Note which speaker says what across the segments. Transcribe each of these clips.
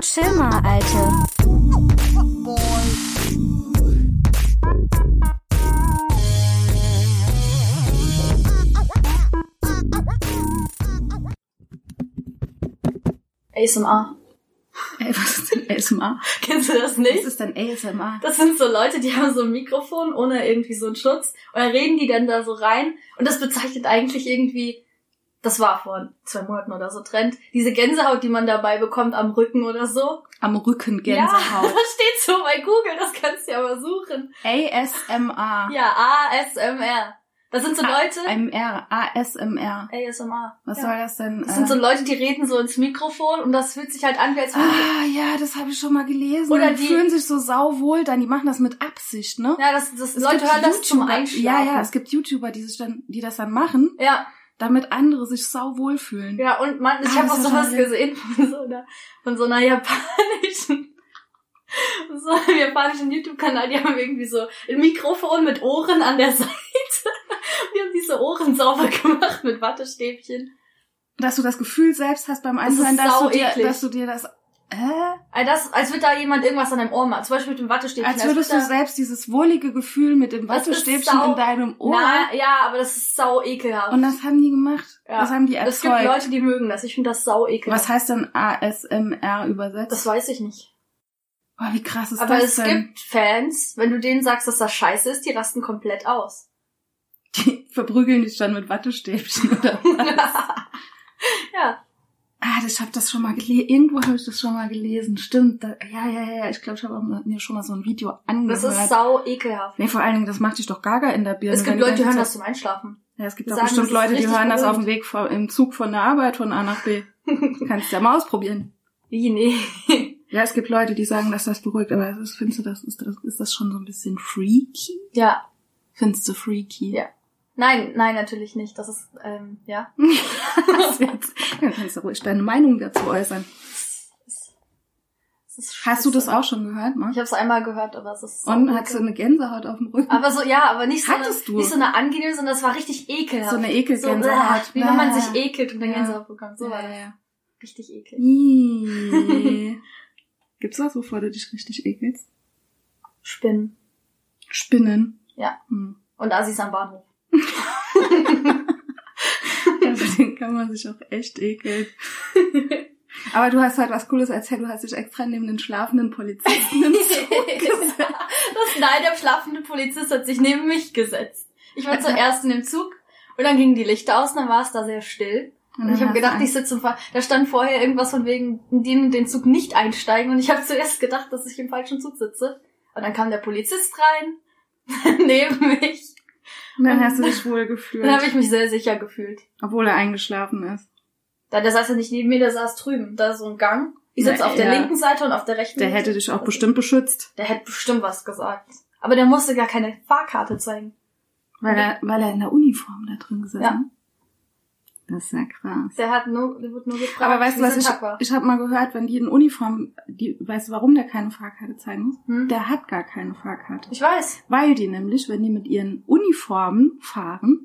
Speaker 1: Chill mal, Alte.
Speaker 2: ASMR.
Speaker 3: Ey, was ist denn ASMR?
Speaker 2: Kennst du das
Speaker 3: Was
Speaker 2: nicht?
Speaker 3: ist denn ASMR?
Speaker 2: Das sind so Leute, die haben so ein Mikrofon ohne irgendwie so einen Schutz. Und dann reden die dann da so rein. Und das bezeichnet eigentlich irgendwie, das war vor zwei Monaten oder so Trend, diese Gänsehaut, die man dabei bekommt am Rücken oder so.
Speaker 3: Am Rücken
Speaker 2: Ja,
Speaker 3: Gänsehaut.
Speaker 2: das steht so bei Google, das kannst du ja mal suchen.
Speaker 3: ASMR.
Speaker 2: Ja, ASMR. Das sind so
Speaker 3: Ah,
Speaker 2: Leute...
Speaker 3: AMR. ASMR.
Speaker 2: ASMR.
Speaker 3: Was
Speaker 2: ja.
Speaker 3: soll das denn?
Speaker 2: Das sind so
Speaker 3: äh,
Speaker 2: Leute, die reden so ins Mikrofon und das fühlt sich halt an, wie als würden die...
Speaker 3: Ah, ja, das habe ich schon mal gelesen.
Speaker 2: Oder
Speaker 3: die
Speaker 2: die-
Speaker 3: fühlen sich so sauwohl, dann die machen das mit Absicht, ne?
Speaker 2: Ja, das, das
Speaker 3: Es
Speaker 2: Leute
Speaker 3: gibt
Speaker 2: hören das zum
Speaker 3: YouTuber-
Speaker 2: Einschlafen.
Speaker 3: Ja, ja, es gibt YouTuber, die, sich dann, die das dann machen,
Speaker 2: Ja,
Speaker 3: damit andere sich sauwohl fühlen.
Speaker 2: Ja, und man, ich
Speaker 3: Ah,
Speaker 2: habe
Speaker 3: das
Speaker 2: auch
Speaker 3: ist
Speaker 2: sowas
Speaker 3: schade.
Speaker 2: gesehen von so einer, von so einer japanischen, von so einem japanischen YouTube-Kanal, die haben irgendwie so ein Mikrofon mit Ohren an der Seite. Und die haben diese Ohren sauber gemacht mit Wattestäbchen.
Speaker 3: Dass du das Gefühl selbst hast beim
Speaker 2: ist
Speaker 3: Anhören, dass, du
Speaker 2: sau
Speaker 3: dir-
Speaker 2: eklig.
Speaker 3: dass du dir das... Hä?
Speaker 2: Also das, als würde da jemand irgendwas an deinem Ohr machen, zum Beispiel mit dem Wattestäbchen.
Speaker 3: Als würdest du
Speaker 2: würde da-
Speaker 3: selbst dieses wohlige Gefühl mit dem
Speaker 2: Das ist
Speaker 3: Wattestäbchen
Speaker 2: sau-
Speaker 3: in deinem Ohr.
Speaker 2: Na, ja, aber das ist sau ekelhaft.
Speaker 3: Und das haben die gemacht.
Speaker 2: Ja.
Speaker 3: Das haben die
Speaker 2: es gibt
Speaker 3: erzeugt.
Speaker 2: Leute, die mögen das. Ich finde das sau ekelhaft.
Speaker 3: Was heißt denn ASMR übersetzt?
Speaker 2: das weiß ich nicht.
Speaker 3: Boah, wie krass ist
Speaker 2: aber
Speaker 3: das
Speaker 2: es
Speaker 3: denn?
Speaker 2: gibt Fans, wenn du denen sagst, dass das scheiße ist, die rasten komplett aus.
Speaker 3: Die verprügeln dich dann mit Wattestäbchen oder
Speaker 2: ja,
Speaker 3: Ah, das, ich habe das schon mal gelesen. Irgendwo habe ich das schon mal gelesen. Stimmt. Da, ja, ja, ja. ja. Ich glaube, ich habe auch mal- mir schon mal so ein Video angehört.
Speaker 2: das ist sau ekelhaft.
Speaker 3: nee, vor allen Dingen, das macht dich doch gaga in der Birne.
Speaker 2: Es gibt
Speaker 3: wenn du
Speaker 2: Leute, die
Speaker 3: ganze
Speaker 2: hören
Speaker 3: Zeit-
Speaker 2: das zum Einschlafen.
Speaker 3: Ja, es gibt
Speaker 2: Die
Speaker 3: auch
Speaker 2: sagen,
Speaker 3: bestimmt
Speaker 2: das ist
Speaker 3: Leute, die
Speaker 2: richtig
Speaker 3: hören das auf dem
Speaker 2: berührend.
Speaker 3: Weg vor, im Zug von der Arbeit von A nach B. Kannst ja mal ausprobieren.
Speaker 2: Wie, nee.
Speaker 3: Ja, es gibt Leute, die sagen, dass das beruhigt, aber das ist, findest du, das ist, das ist das schon so ein bisschen freaky?
Speaker 2: ja.
Speaker 3: Findest du freaky?
Speaker 2: Ja. Nein, nein, natürlich nicht. Das ist, ähm, ja.
Speaker 3: Das jetzt, dann kannst du ruhig deine Meinung dazu äußern.
Speaker 2: Das ist
Speaker 3: Hast du das
Speaker 2: scheiße.
Speaker 3: auch schon gehört,
Speaker 2: Ich
Speaker 3: ne?
Speaker 2: habe es einmal gehört, aber es ist. sau
Speaker 3: Und
Speaker 2: ekelhaft.
Speaker 3: hattest du eine Gänsehaut auf dem Rücken?
Speaker 2: aber so, ja, aber nicht so, eine,
Speaker 3: Hattest du?
Speaker 2: nicht so eine angenehme, sondern das war richtig ekelhaft.
Speaker 3: so eine
Speaker 2: so,
Speaker 3: Ekelgänsehaut.
Speaker 2: äh, wie wenn man
Speaker 3: Äh.
Speaker 2: sich ekelt und dann
Speaker 3: Ja.
Speaker 2: Gänsehaut bekommt. So war
Speaker 3: Ja,
Speaker 2: das.
Speaker 3: ja.
Speaker 2: Richtig eklig.
Speaker 3: Ih. Gibt's was, wovor du dich richtig ekelst?
Speaker 2: Spinnen.
Speaker 3: Spinnen.
Speaker 2: Ja.
Speaker 3: Hm.
Speaker 2: Und Assis am Bahnhof.
Speaker 3: Also, den kann man sich auch echt ekeln. Aber du hast halt was Cooles erzählt. Du hast dich extra neben den schlafenden Polizisten im Zug gesetzt.
Speaker 2: Das, nein, der schlafende Polizist hat sich neben mich gesetzt. Ich war zuerst in dem Zug und dann gingen die Lichter aus und dann war es da sehr still. Und
Speaker 3: dann
Speaker 2: ich habe
Speaker 3: Mhm, hast
Speaker 2: gedacht,
Speaker 3: du
Speaker 2: ich sitze im Fall. Da stand vorher irgendwas von wegen in den und den Zug nicht einsteigen und ich habe zuerst gedacht, dass ich im falschen Zug sitze. Und dann kam der Polizist rein neben mich.
Speaker 3: Und dann hast du dich wohl gefühlt,
Speaker 2: Dann habe ich mich sehr sicher gefühlt.
Speaker 3: obwohl er eingeschlafen ist.
Speaker 2: Da der saß ja nicht neben mir, der saß drüben. Da so ein Gang. Ich sitze
Speaker 3: Na,
Speaker 2: auf der
Speaker 3: ja.
Speaker 2: linken Seite und auf der rechten
Speaker 3: Der
Speaker 2: Seite.
Speaker 3: hätte dich auch bestimmt beschützt,
Speaker 2: Der hätte bestimmt was gesagt. Aber der musste gar keine Fahrkarte zeigen.
Speaker 3: weil er, weil er in der Uniform da drin gesessen
Speaker 2: Ja.
Speaker 3: hat. Das ist ja krass.
Speaker 2: Der hat nur, der wird nur gefragt.
Speaker 3: Aber weißt du
Speaker 2: wie
Speaker 3: was,
Speaker 2: sein
Speaker 3: ich,
Speaker 2: Tag war.
Speaker 3: ich habe mal gehört, wenn die in Uniform, die, weißt du warum der keine Fahrkarte zeigen muss?
Speaker 2: Hm?
Speaker 3: Der hat gar keine Fahrkarte.
Speaker 2: Ich weiß.
Speaker 3: Weil die nämlich, wenn die mit ihren Uniformen fahren,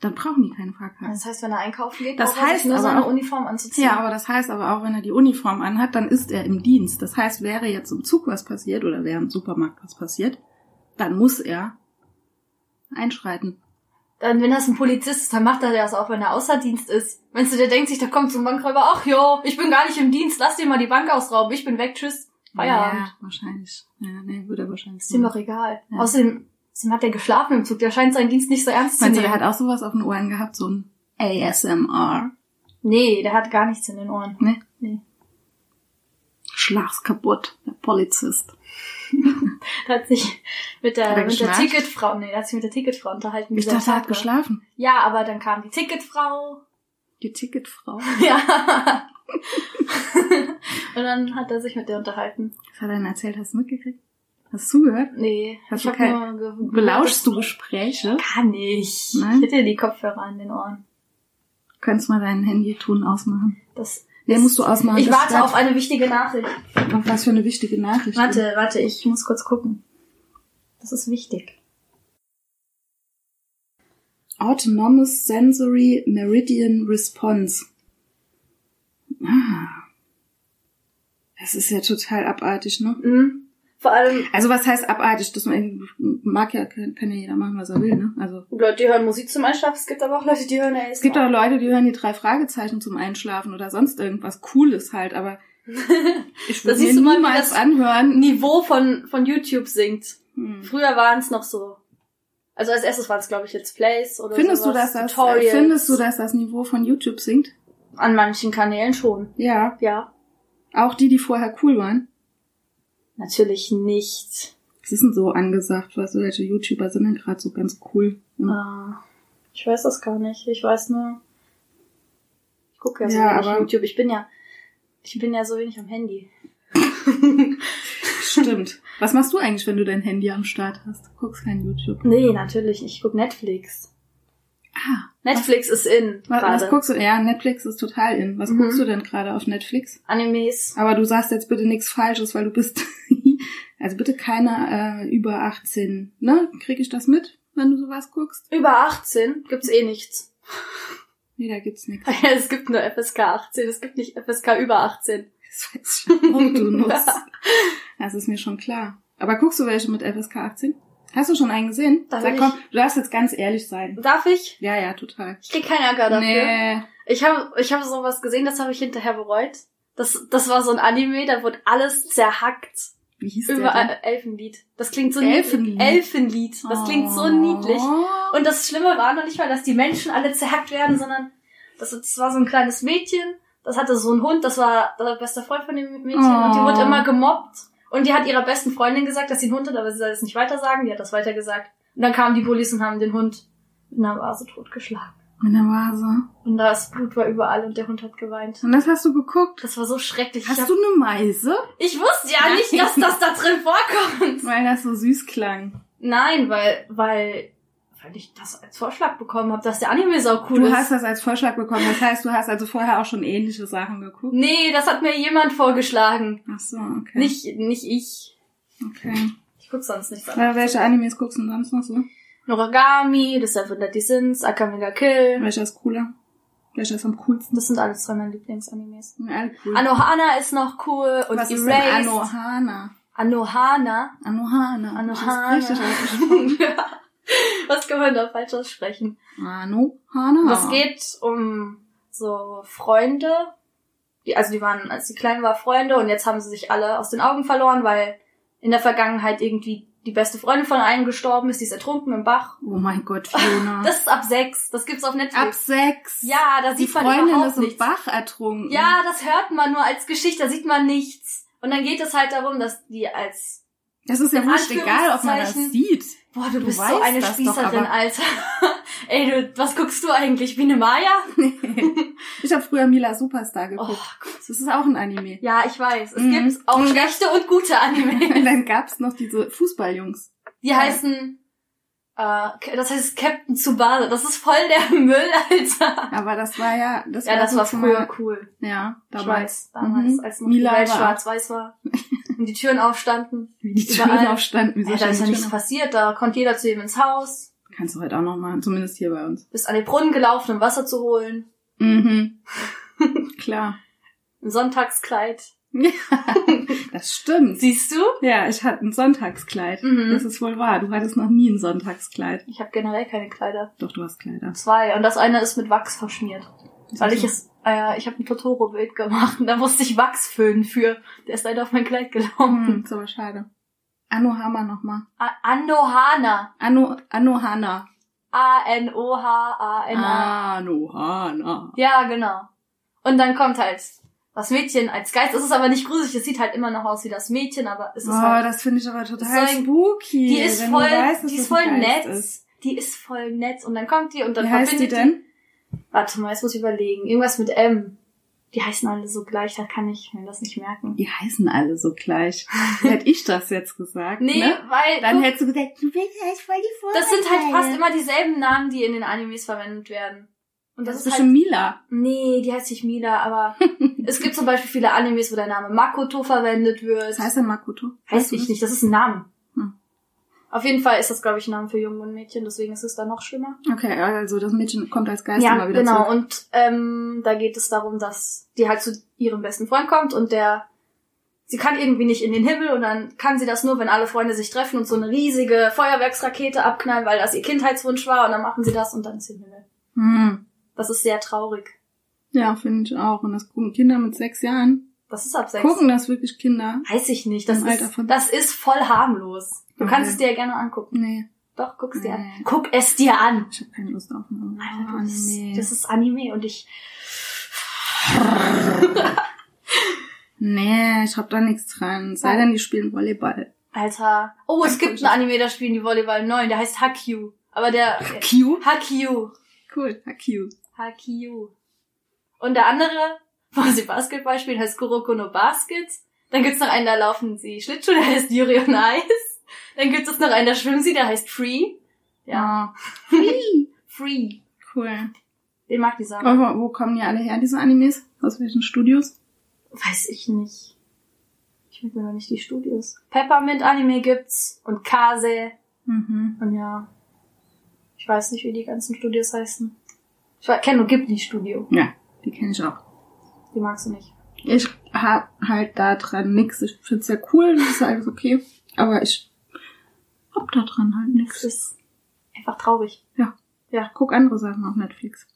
Speaker 3: dann brauchen die keine Fahrkarte.
Speaker 2: Das heißt, wenn er einkaufen geht,
Speaker 3: Das
Speaker 2: braucht er sich
Speaker 3: heißt
Speaker 2: nur
Speaker 3: aber
Speaker 2: seine
Speaker 3: auch-
Speaker 2: Uniform anzuziehen.
Speaker 3: Ja, aber das heißt aber auch, wenn er die Uniform anhat, dann ist er im Dienst. Das heißt, wäre jetzt im Zug was passiert oder wäre im Supermarkt was passiert, dann muss er einschreiten.
Speaker 2: Dann, wenn das ein Polizist ist, dann macht er das auch, wenn er außer Dienst ist. Wenn du der denkt sich, da kommt so ein Bankräuber, ach jo, ich bin gar nicht im Dienst, lass dir mal die Bank ausrauben, ich bin weg, tschüss. Feierabend.
Speaker 3: Ja, wahrscheinlich. Ja, nee, würde er wahrscheinlich
Speaker 2: Ist ihm doch
Speaker 3: machen.
Speaker 2: egal.
Speaker 3: Ja.
Speaker 2: Außerdem, außerdem hat er geschlafen im Zug, der scheint seinen Dienst nicht so ernst zu
Speaker 3: Meinst du,
Speaker 2: nehmen.
Speaker 3: der hat auch sowas auf den Ohren gehabt, so ein ASMR?
Speaker 2: nee, der hat gar nichts in den Ohren.
Speaker 3: Nee.
Speaker 2: Nee.
Speaker 3: Schlag's kaputt, der Polizist.
Speaker 2: Der hat sich
Speaker 3: Hat
Speaker 2: mit der,
Speaker 3: er
Speaker 2: mit der
Speaker 3: geschnarcht?
Speaker 2: Ticketfrau, nee, der hat sich mit der Ticketfrau unterhalten. wie
Speaker 3: Ich
Speaker 2: sein
Speaker 3: dachte, er
Speaker 2: Tag
Speaker 3: hat
Speaker 2: war.
Speaker 3: geschlafen.
Speaker 2: Ja, aber dann kam die Ticketfrau.
Speaker 3: Die Ticketfrau.
Speaker 2: Ja. und dann hat er sich mit der unterhalten.
Speaker 3: Was hat er denn erzählt? Hast du mitgekriegt? Hast du zugehört?
Speaker 2: Nee,
Speaker 3: Hast
Speaker 2: ich
Speaker 3: du
Speaker 2: hab
Speaker 3: kein-
Speaker 2: nur ge-
Speaker 3: Belauschst du Gespräche?
Speaker 2: Gar nicht.
Speaker 3: Nein?
Speaker 2: Ich hätte die Kopfhörer an den Ohren.
Speaker 3: Könntest mal deinen Handyton ausmachen.
Speaker 2: Das
Speaker 3: Nee,
Speaker 2: ist-
Speaker 3: musst du ausmachen.
Speaker 2: Ich
Speaker 3: Das
Speaker 2: warte
Speaker 3: bleibt-
Speaker 2: auf eine wichtige Nachricht.
Speaker 3: Noch was für eine wichtige Nachricht.
Speaker 2: Warte, warte, ich muss kurz gucken. Das ist wichtig.
Speaker 3: Autonomous Sensory Meridian Response. Ah. Das ist ja total abartig, ne?
Speaker 2: Mhm. Vor allem
Speaker 3: Also was heißt abartig? Das mag ja, kann, kann ja jeder machen, was er will, ne? Also
Speaker 2: Leute, die hören Musik zum Einschlafen. Es gibt aber auch Leute, die hören ASMR.
Speaker 3: es gibt auch Leute, die hören die drei Fragezeichen zum Einschlafen oder sonst irgendwas Cooles halt, aber ich würde
Speaker 2: siehst
Speaker 3: mir
Speaker 2: du mal, wie
Speaker 3: niemals
Speaker 2: das-
Speaker 3: anhören.
Speaker 2: Niveau von, von YouTube sinkt.
Speaker 3: Hm.
Speaker 2: Früher waren es noch so. Also als erstes waren es, glaube ich, Let's Plays oder
Speaker 3: Findest du, dass
Speaker 2: sowas.
Speaker 3: das, äh,
Speaker 2: Tutorials.
Speaker 3: findest du, dass das Niveau von YouTube sinkt?
Speaker 2: An manchen Kanälen schon.
Speaker 3: Ja.
Speaker 2: Ja.
Speaker 3: Auch die, die vorher cool waren.
Speaker 2: Natürlich nicht.
Speaker 3: Was ist denn so angesagt? Was, welche YouTuber sind denn gerade so ganz cool? Ja,
Speaker 2: Ah, ich weiß das gar nicht. Ich weiß nur. Ich gucke ja so
Speaker 3: Ja,
Speaker 2: wenig
Speaker 3: aber-
Speaker 2: YouTube. Ich bin ja. Ich bin ja so wenig am Handy.
Speaker 3: Stimmt. Was machst du eigentlich, wenn du dein Handy am Start hast? Du guckst kein YouTube.
Speaker 2: Nee, natürlich nicht. Ich gucke Netflix.
Speaker 3: Ah,
Speaker 2: Netflix ist in
Speaker 3: was, was
Speaker 2: gerade.
Speaker 3: guckst du? Ja, Netflix ist total in. Was
Speaker 2: Mhm.
Speaker 3: guckst du denn gerade auf Netflix?
Speaker 2: Animes.
Speaker 3: Aber du sagst jetzt bitte nichts Falsches, weil du bist. also bitte keiner äh, über 18. Ne? Krieg ich das mit, wenn du sowas guckst?
Speaker 2: Über 18 gibt's eh nichts.
Speaker 3: Nee, da gibt's nichts.
Speaker 2: Es gibt nur FSK 18. Es gibt nicht FSK über 18.
Speaker 3: Das weiß ich schon, ob du Nuss. Das ist mir schon klar. Aber guckst du welche mit FSK 18? Hast du schon einen gesehen?
Speaker 2: Da
Speaker 3: Sag
Speaker 2: will
Speaker 3: komm, du darfst jetzt ganz ehrlich sein.
Speaker 2: Darf ich?
Speaker 3: Ja, ja, total.
Speaker 2: Ich krieg keinen Ärger dafür.
Speaker 3: Nee.
Speaker 2: Ich habe ich hab sowas gesehen, das habe ich hinterher bereut. Das, das war so ein Anime, da wurde alles zerhackt.
Speaker 3: Wie hieß
Speaker 2: Überall
Speaker 3: der
Speaker 2: Elfenlied. Das klingt so
Speaker 3: Elfenlied?
Speaker 2: niedlich. Elfenlied.
Speaker 3: denn?
Speaker 2: Das klingt so
Speaker 3: Oh.
Speaker 2: niedlich. Und das Schlimme war noch nicht mal, dass die Menschen alle zerhackt werden, sondern das, das war so ein kleines Mädchen, das hatte so einen Hund, das war der beste Freund von dem Mädchen und die
Speaker 3: Oh.
Speaker 2: wurde immer gemobbt. Und die hat ihrer besten Freundin gesagt, dass sie einen Hund hat, aber sie soll das nicht weiter sagen. Die hat das weiter gesagt. Und dann kamen die Bullies und haben den Hund mit einer Vase totgeschlagen.
Speaker 3: Mit der Vase.
Speaker 2: Und das Blut war überall und der Hund hat geweint.
Speaker 3: Und das hast du geguckt.
Speaker 2: Das war so schrecklich.
Speaker 3: Hast
Speaker 2: ich, hab,
Speaker 3: du eine Meise?
Speaker 2: ich wusste ja
Speaker 3: Nein.
Speaker 2: nicht, dass das da drin vorkommt.
Speaker 3: Weil das so süß klang.
Speaker 2: Nein, weil, weil, weil ich das als Vorschlag bekommen habe, dass der Anime so cool
Speaker 3: Du
Speaker 2: ist.
Speaker 3: hast das als Vorschlag bekommen. Das heißt, du hast also vorher auch schon ähnliche Sachen geguckt.
Speaker 2: Nee, das hat mir jemand vorgeschlagen.
Speaker 3: Ach so, okay.
Speaker 2: Nicht, nicht ich.
Speaker 3: Okay.
Speaker 2: Ich guck sonst nichts an.
Speaker 3: Äh, welche Animes guckst du denn sonst noch so?
Speaker 2: Noragami, das sind die Sins, Akamega Kill.
Speaker 3: Welcher ist cooler? Welcher ist am coolsten?
Speaker 2: Das sind alles drei meiner Lieblingsanimes.
Speaker 3: Sind Alle cool.
Speaker 2: Anohana ist noch cool und
Speaker 3: Mhm. Was ist denn
Speaker 2: Erased.
Speaker 3: Anohana?
Speaker 2: Anohana.
Speaker 3: Anohana.
Speaker 2: Anohana.
Speaker 3: Das ist richtig ausgesprochen.
Speaker 2: Ja. Was kann man da falsch aussprechen?
Speaker 3: Anohana.
Speaker 2: Es geht um so Freunde. Die, also die waren, als sie klein war, Freunde und jetzt haben sie sich alle aus den Augen verloren, weil in der Vergangenheit irgendwie die beste Freundin von einem gestorben ist, die ist ertrunken im Bach.
Speaker 3: Oh mein Gott, Fiona.
Speaker 2: Das ist ab sechs, das gibt's auf Netflix.
Speaker 3: Ah. Ab sechs.
Speaker 2: ja, da
Speaker 3: Die
Speaker 2: sieht man
Speaker 3: Freundin
Speaker 2: überhaupt
Speaker 3: ist im
Speaker 2: nichts.
Speaker 3: Bach ertrunken.
Speaker 2: Ja, das hört man nur als Geschichte, da sieht man nichts. Und dann geht es halt darum, dass die als
Speaker 3: Das ist ja
Speaker 2: In
Speaker 3: wurscht egal, ob man das
Speaker 2: Anführungszeichen.
Speaker 3: sieht.
Speaker 2: Boah, du,
Speaker 3: Du
Speaker 2: bist so
Speaker 3: weißt
Speaker 2: eine
Speaker 3: das doch,
Speaker 2: Spießerin,
Speaker 3: aber-
Speaker 2: Alter. Ey, du, was guckst du eigentlich? Wie eine Maya?
Speaker 3: ich habe früher Mila Superstar
Speaker 2: Oh,
Speaker 3: geguckt.
Speaker 2: Gott.
Speaker 3: Das ist auch ein Anime.
Speaker 2: Ja, ich weiß. Es
Speaker 3: Mhm.
Speaker 2: gibt auch
Speaker 3: Mhm.
Speaker 2: schlechte und gute
Speaker 3: Und
Speaker 2: Anime.
Speaker 3: dann gab's noch diese Fußballjungs.
Speaker 2: Die heißen, äh, das heißt Captain Tsubasa. Das ist voll der Müll, Alter.
Speaker 3: Aber das war ja, das
Speaker 2: Ja,
Speaker 3: war,
Speaker 2: das
Speaker 3: so
Speaker 2: war
Speaker 3: zu
Speaker 2: früher
Speaker 3: meiner-
Speaker 2: cool.
Speaker 3: Ja,
Speaker 2: Ich
Speaker 3: damals.
Speaker 2: weiß, damals,
Speaker 3: Mhm.
Speaker 2: als noch
Speaker 3: Mila
Speaker 2: die Welt
Speaker 3: war-
Speaker 2: schwarz-weiß war und die Türen aufstanden.
Speaker 3: Wie die Türen
Speaker 2: Überall.
Speaker 3: aufstanden. Wie so
Speaker 2: Ja, da
Speaker 3: schön
Speaker 2: ist ja
Speaker 3: die
Speaker 2: nichts
Speaker 3: Türen
Speaker 2: passiert. Da konnte jeder zu ihm ins Haus,
Speaker 3: auf- Kannst du heute auch noch machen, zumindest hier bei uns.
Speaker 2: bist an den Brunnen gelaufen, um Wasser zu holen,
Speaker 3: Mhm. Klar.
Speaker 2: im Sonntagskleid.
Speaker 3: Das stimmt.
Speaker 2: Siehst du?
Speaker 3: Ja, ich hatte ein Sonntagskleid.
Speaker 2: Mhm.
Speaker 3: Das ist wohl wahr. Du hattest noch nie ein Sonntagskleid.
Speaker 2: Ich habe generell keine Kleider.
Speaker 3: Doch, du hast Kleider.
Speaker 2: Zwei. Und das eine ist mit Wachs verschmiert. Weil ich
Speaker 3: So.
Speaker 2: es, äh, ich habe ein Totoro-Bild gemacht und da musste ich Wachs föhnen für. Der ist leider auf mein Kleid
Speaker 3: Hm,
Speaker 2: gelaufen.
Speaker 3: ist aber schade. Anohama nochmal.
Speaker 2: A- Anohana.
Speaker 3: Ano, Anohana. Ah.
Speaker 2: A-N-O-H-A-N-A.
Speaker 3: Anohana.
Speaker 2: Ja, genau. Und dann kommt halt das Mädchen als Geist. Es ist aber nicht gruselig, es sieht halt immer noch aus wie das Mädchen, aber es ist
Speaker 3: Oh,
Speaker 2: halt,
Speaker 3: das finde ich aber total
Speaker 2: So ein-
Speaker 3: spooky.
Speaker 2: die ist
Speaker 3: wenn du
Speaker 2: voll,
Speaker 3: weißt, dass
Speaker 2: die ist
Speaker 3: das ein
Speaker 2: voll
Speaker 3: Geist
Speaker 2: nett.
Speaker 3: Ist.
Speaker 2: Die ist voll nett. Und dann kommt die und dann
Speaker 3: Wie heißt die
Speaker 2: verbindet
Speaker 3: denn?
Speaker 2: Warte mal, jetzt muss ich überlegen. Irgendwas mit M. Die heißen alle so gleich, da kann ich mir das nicht merken.
Speaker 3: Die heißen alle so gleich. Hätte ich das jetzt gesagt,
Speaker 2: Nee,
Speaker 3: ne?
Speaker 2: weil
Speaker 3: Dann
Speaker 2: guck,
Speaker 3: hättest du gesagt, du bist halt voll die Vorurteile.
Speaker 2: das sind halt fast immer dieselben Namen, die in den Animes verwendet werden. Und das,
Speaker 3: Das
Speaker 2: ist
Speaker 3: ist
Speaker 2: halt,
Speaker 3: schon Mila.
Speaker 2: nee, die heißt nicht Mila, aber es gibt zum Beispiel viele Animes, wo der Name Makoto verwendet wird.
Speaker 3: Was heißt denn Makoto?
Speaker 2: Weiß ich nicht, das ist ein Name.
Speaker 3: Hm.
Speaker 2: Auf jeden Fall ist das, glaube ich, ein Name für Jungen und Mädchen, deswegen ist es dann noch schlimmer.
Speaker 3: Okay, also das Mädchen kommt als Geist
Speaker 2: ja,
Speaker 3: immer wieder
Speaker 2: genau.
Speaker 3: zurück.
Speaker 2: Und ähm, da geht es darum, dass die halt zu ihrem besten Freund kommt und der sie kann irgendwie nicht in den Himmel und dann kann sie das nur, wenn alle Freunde sich treffen und so eine riesige Feuerwerksrakete abknallen, weil das ihr Kindheitswunsch war und dann machen sie das und dann ist sie im Himmel.
Speaker 3: Hm.
Speaker 2: Das ist sehr traurig.
Speaker 3: Ja, finde ich auch. Und das gucken Kinder mit sechs Jahren.
Speaker 2: Das ist ab sechs.
Speaker 3: Gucken das wirklich Kinder?
Speaker 2: Weiß ich nicht. Das
Speaker 3: Im Alter
Speaker 2: ist,
Speaker 3: von-
Speaker 2: das ist voll harmlos. Du
Speaker 3: Okay.
Speaker 2: kannst es dir ja gerne angucken.
Speaker 3: Nee.
Speaker 2: Doch, guck es dir an.
Speaker 3: Nee.
Speaker 2: Guck es dir an.
Speaker 3: Ich habe keine Lust auf einen
Speaker 2: Alter,
Speaker 3: oh,
Speaker 2: du bist,
Speaker 3: nee.
Speaker 2: Das ist Anime und ich.
Speaker 3: nee, ich hab da nichts dran. Sei denn, die spielen Volleyball.
Speaker 2: Alter. Oh, es gibt ein Anime, da spielen die Volleyball neun. Der heißt Hakyu. Aber der.
Speaker 3: Q?
Speaker 2: Hakyu.
Speaker 3: Cool. Q.
Speaker 2: Hakyu. Und der andere, wo sie Basketball spielen, heißt Kuroko no Basket. Dann gibt's noch einen, da laufen sie Schlittschuh, der heißt Yuri on Ice. Dann gibt's noch einen, da schwimmen sie, der heißt Free. Ja.
Speaker 3: Ja.
Speaker 2: Free.
Speaker 3: Ah, cool.
Speaker 2: Den mag die Sache.
Speaker 3: Aber wo kommen die alle her, diese Animes? Aus welchen Studios?
Speaker 2: Weiß ich nicht. Ich will mir noch nicht die Studios. Peppermint Anime gibt's und Kase.
Speaker 3: Mhm.
Speaker 2: Und ja. Ich weiß nicht, wie die ganzen Studios heißen. Ich kenne nur Ghibli Studio.
Speaker 3: Ja, die kenne ich auch.
Speaker 2: Die magst du nicht.
Speaker 3: Ich hab halt da dran nix. Ich find's ja cool, das ist alles okay. Aber ich hab da dran halt
Speaker 2: Das
Speaker 3: nix.
Speaker 2: ist einfach traurig.
Speaker 3: Guck andere Sachen auf Netflix.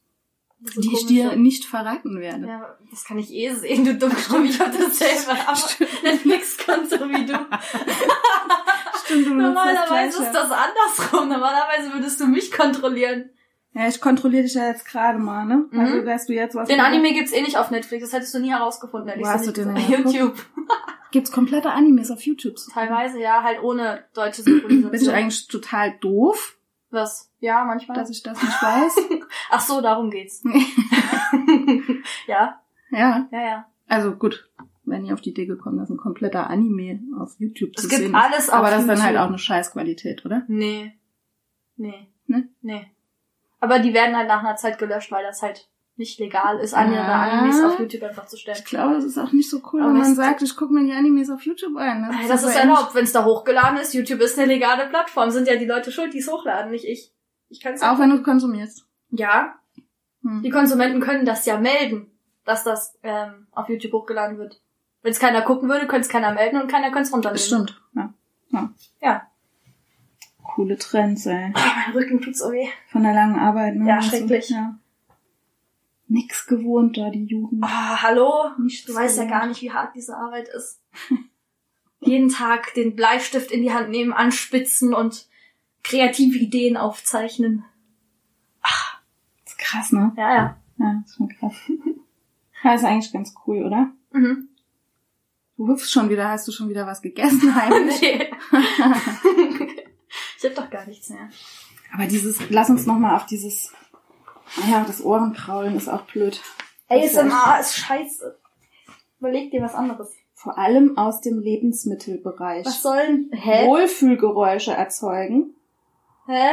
Speaker 2: Das ist so
Speaker 3: Die ich
Speaker 2: komisch.
Speaker 3: dir nicht verraten werde.
Speaker 2: Ja, das kann ich eh sehen, du Dummkopf. Ich hab das selber. Aber Netflix kann so wie du.
Speaker 3: Stimmt, du benutzt das
Speaker 2: Normalerweise
Speaker 3: Gleiche.
Speaker 2: ist das andersrum. Normalerweise würdest du mich kontrollieren.
Speaker 3: Ja, ich kontrolliere dich ja jetzt gerade mal, ne?
Speaker 2: Mhm.
Speaker 3: Also, dass du jetzt was...
Speaker 2: Den Anime gibt's eh nicht auf Netflix. Das hättest du nie herausgefunden. hätte
Speaker 3: Wo
Speaker 2: ich's
Speaker 3: hast
Speaker 2: nicht
Speaker 3: du den
Speaker 2: gesagt.
Speaker 3: denn geguckt?
Speaker 2: YouTube.
Speaker 3: Gibt's komplette Animes auf YouTube?
Speaker 2: Teilweise ja, halt ohne deutsche
Speaker 3: Bin ich
Speaker 2: Synchronisation.
Speaker 3: eigentlich total doof,
Speaker 2: Was? Ja, manchmal.
Speaker 3: dass ich das nicht weiß?
Speaker 2: Ach so, darum geht's. ja,
Speaker 3: ja,
Speaker 2: ja, ja.
Speaker 3: also gut. Wenn ihr auf die Idee gekommen, dass ein kompletter Anime auf YouTube
Speaker 2: Es
Speaker 3: zu
Speaker 2: gibt
Speaker 3: sehen ist.
Speaker 2: alles auf
Speaker 3: Aber das ist dann
Speaker 2: YouTube.
Speaker 3: halt auch eine Scheißqualität, oder?
Speaker 2: Nee. Nee.
Speaker 3: Ne?
Speaker 2: Nee. Aber die werden halt nach einer Zeit gelöscht, weil das halt nicht legal ist, andere
Speaker 3: Ja.
Speaker 2: Animes auf YouTube einfach zu stellen.
Speaker 3: Ich glaube, das ist auch nicht so cool,
Speaker 2: Aber
Speaker 3: wenn man
Speaker 2: es-
Speaker 3: sagt, ich gucke mir die Animes auf YouTube an.
Speaker 2: Das, das ist
Speaker 3: aber
Speaker 2: erlaubt, wenn es da hochgeladen ist. YouTube ist eine legale Plattform. Sind ja die Leute schuld, die es hochladen, nicht ich. Ich kann's
Speaker 3: echt- Auch wenn du konsumierst.
Speaker 2: Ja, die
Speaker 3: Hm.
Speaker 2: Konsumenten können das ja melden, dass das ähm, auf YouTube hochgeladen wird. Wenn es keiner gucken würde, könnte es keiner melden und keiner könnte es runternehmen.
Speaker 3: Stimmt. Ja. ja.
Speaker 2: Ja.
Speaker 3: Coole Trends, ey.
Speaker 2: Oh, mein Rücken tut's so weh.
Speaker 3: Von der langen Arbeit, ne?
Speaker 2: Ja,
Speaker 3: Also,
Speaker 2: schrecklich.
Speaker 3: Ja. Nix gewohnt da, die Jugend.
Speaker 2: Ah, hallo?
Speaker 3: Nichts
Speaker 2: Du weißt ja
Speaker 3: gewohnt.
Speaker 2: gar nicht, wie hart diese Arbeit ist. Jeden Tag den Bleistift in die Hand nehmen, anspitzen und kreative Ideen aufzeichnen.
Speaker 3: ist krass, ne?
Speaker 2: Ja, ja.
Speaker 3: Ja, ist schon krass. ja, ist eigentlich ganz cool, oder?
Speaker 2: Mhm.
Speaker 3: Du hüpfst schon wieder, hast du schon wieder was gegessen heimlich?
Speaker 2: Nee. ich hab doch gar nichts mehr.
Speaker 3: Aber dieses, lass uns nochmal auf dieses, naja, das Ohrenkraulen ist auch blöd.
Speaker 2: ASMR ist scheiße. Überleg dir was anderes.
Speaker 3: Vor allem aus dem Lebensmittelbereich.
Speaker 2: Was sollen? Hä?
Speaker 3: Wohlfühlgeräusche erzeugen.
Speaker 2: Hä?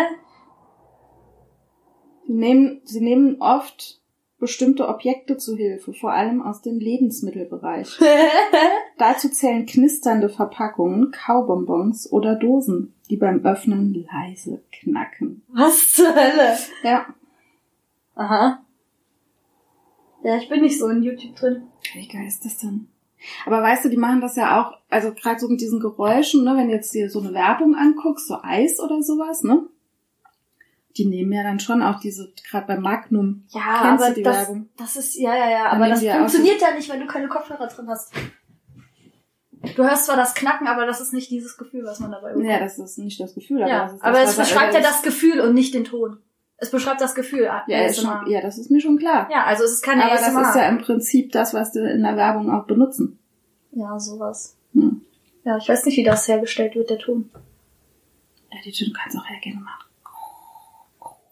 Speaker 3: Sie nehmen, sie nehmen oft bestimmte Objekte zu Hilfe, vor allem aus dem Lebensmittelbereich. Dazu zählen knisternde Verpackungen, Kaubonbons oder Dosen, die beim Öffnen leise knacken.
Speaker 2: was zur Hölle?
Speaker 3: Ja,
Speaker 2: Aha. Ja, ich bin nicht so in YouTube drin.
Speaker 3: wie geil ist das denn? Aber weißt du, die machen das ja auch, also gerade so mit diesen Geräuschen, ne, wenn du jetzt dir so eine Werbung anguckst, so Eis oder sowas, ne? Die nehmen ja dann schon auch diese, gerade bei Magnum,
Speaker 2: Ja,
Speaker 3: Kennst
Speaker 2: aber
Speaker 3: du die
Speaker 2: das,
Speaker 3: Werbung?
Speaker 2: das ist, ja, ja, ja,
Speaker 3: Dann
Speaker 2: aber
Speaker 3: nehmen
Speaker 2: das
Speaker 3: die ja auch
Speaker 2: funktioniert ja nicht, wenn du keine Kopfhörer drin hast. Du hörst zwar das Knacken, aber das ist nicht dieses Gefühl, was man dabei bekommt.
Speaker 3: Ja, das ist nicht das Gefühl, aber
Speaker 2: Ja,
Speaker 3: das ist das,
Speaker 2: aber es
Speaker 3: was-
Speaker 2: beschreibt ja
Speaker 3: aber
Speaker 2: das Gefühl und nicht den Ton. Es beschreibt das Gefühl.
Speaker 3: Ja, ist
Speaker 2: ASMR.
Speaker 3: schon, ja, das ist mir schon klar.
Speaker 2: ja also es ist keine
Speaker 3: aber das
Speaker 2: ASMR.
Speaker 3: ist ja im Prinzip das, was wir in der Werbung auch benutzen.
Speaker 2: ja, sowas.
Speaker 3: Hm.
Speaker 2: Ja, ich weiß nicht, wie das hergestellt wird, der Ton.
Speaker 3: Ja, die Tüten kannst du auch ja gerne machen.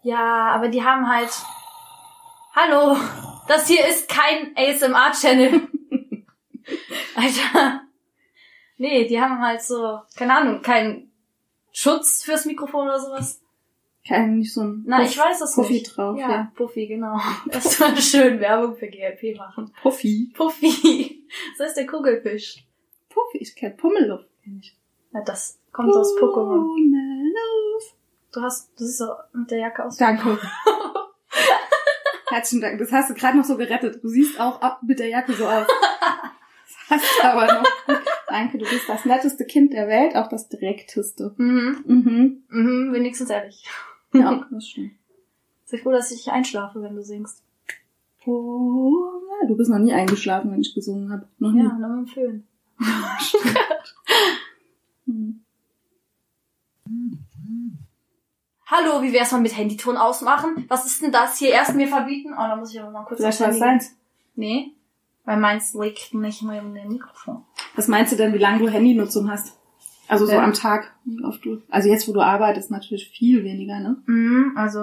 Speaker 2: Ja, aber die haben halt... Hallo, das hier ist kein ASMR-Channel. Alter. Nee, die haben halt so, keine Ahnung, keinen Schutz fürs Mikrofon oder sowas.
Speaker 3: Kann nicht so ein
Speaker 2: Na, ich weiß es
Speaker 3: Puffy
Speaker 2: nicht.
Speaker 3: drauf,
Speaker 2: ja,
Speaker 3: ja.
Speaker 2: Puffy, genau. Erstmal schön Werbung für GLP machen.
Speaker 3: Puffy.
Speaker 2: Puffy. Das heißt der Kugelfisch.
Speaker 3: Puffy, ich kenn Pummeluff. kenn ich.
Speaker 2: Ja, das kommt aus Pokémon.
Speaker 3: Pummeluff.
Speaker 2: Du hast, du siehst so mit der Jacke aus.
Speaker 3: Danke. Herzlichen Dank. Das hast du gerade noch so gerettet. Du siehst auch ab mit der Jacke so aus. Das hast du aber noch Danke, du bist das netteste Kind der Welt, auch das direkteste.
Speaker 2: Mhm.
Speaker 3: Mhm.
Speaker 2: Mhm, wenigstens ehrlich.
Speaker 3: Ja, das stimmt.
Speaker 2: Sei froh, dass ich einschlafe, wenn du singst.
Speaker 3: Oh, ja, du bist noch nie eingeschlafen, wenn ich gesungen habe. Noch nie.
Speaker 2: Ja, nur mit dem Föhn.
Speaker 3: Mhm.
Speaker 2: Hallo, wie wär's mal mit Handyton ausmachen? Was ist denn das hier? Erst mir verbieten? Oh, da muss ich aber mal kurz
Speaker 3: Vielleicht war
Speaker 2: aufs
Speaker 3: es
Speaker 2: Handy
Speaker 3: deins.
Speaker 2: gehen. Nee, weil meins liegt nicht mehr in dem Mikrofon.
Speaker 3: Was meinst du denn, wie lange du Handynutzung hast? Also so
Speaker 2: Ja.
Speaker 3: am Tag. Wie oft du- Also jetzt, wo du arbeitest, natürlich viel weniger, ne?
Speaker 2: Mhm, also...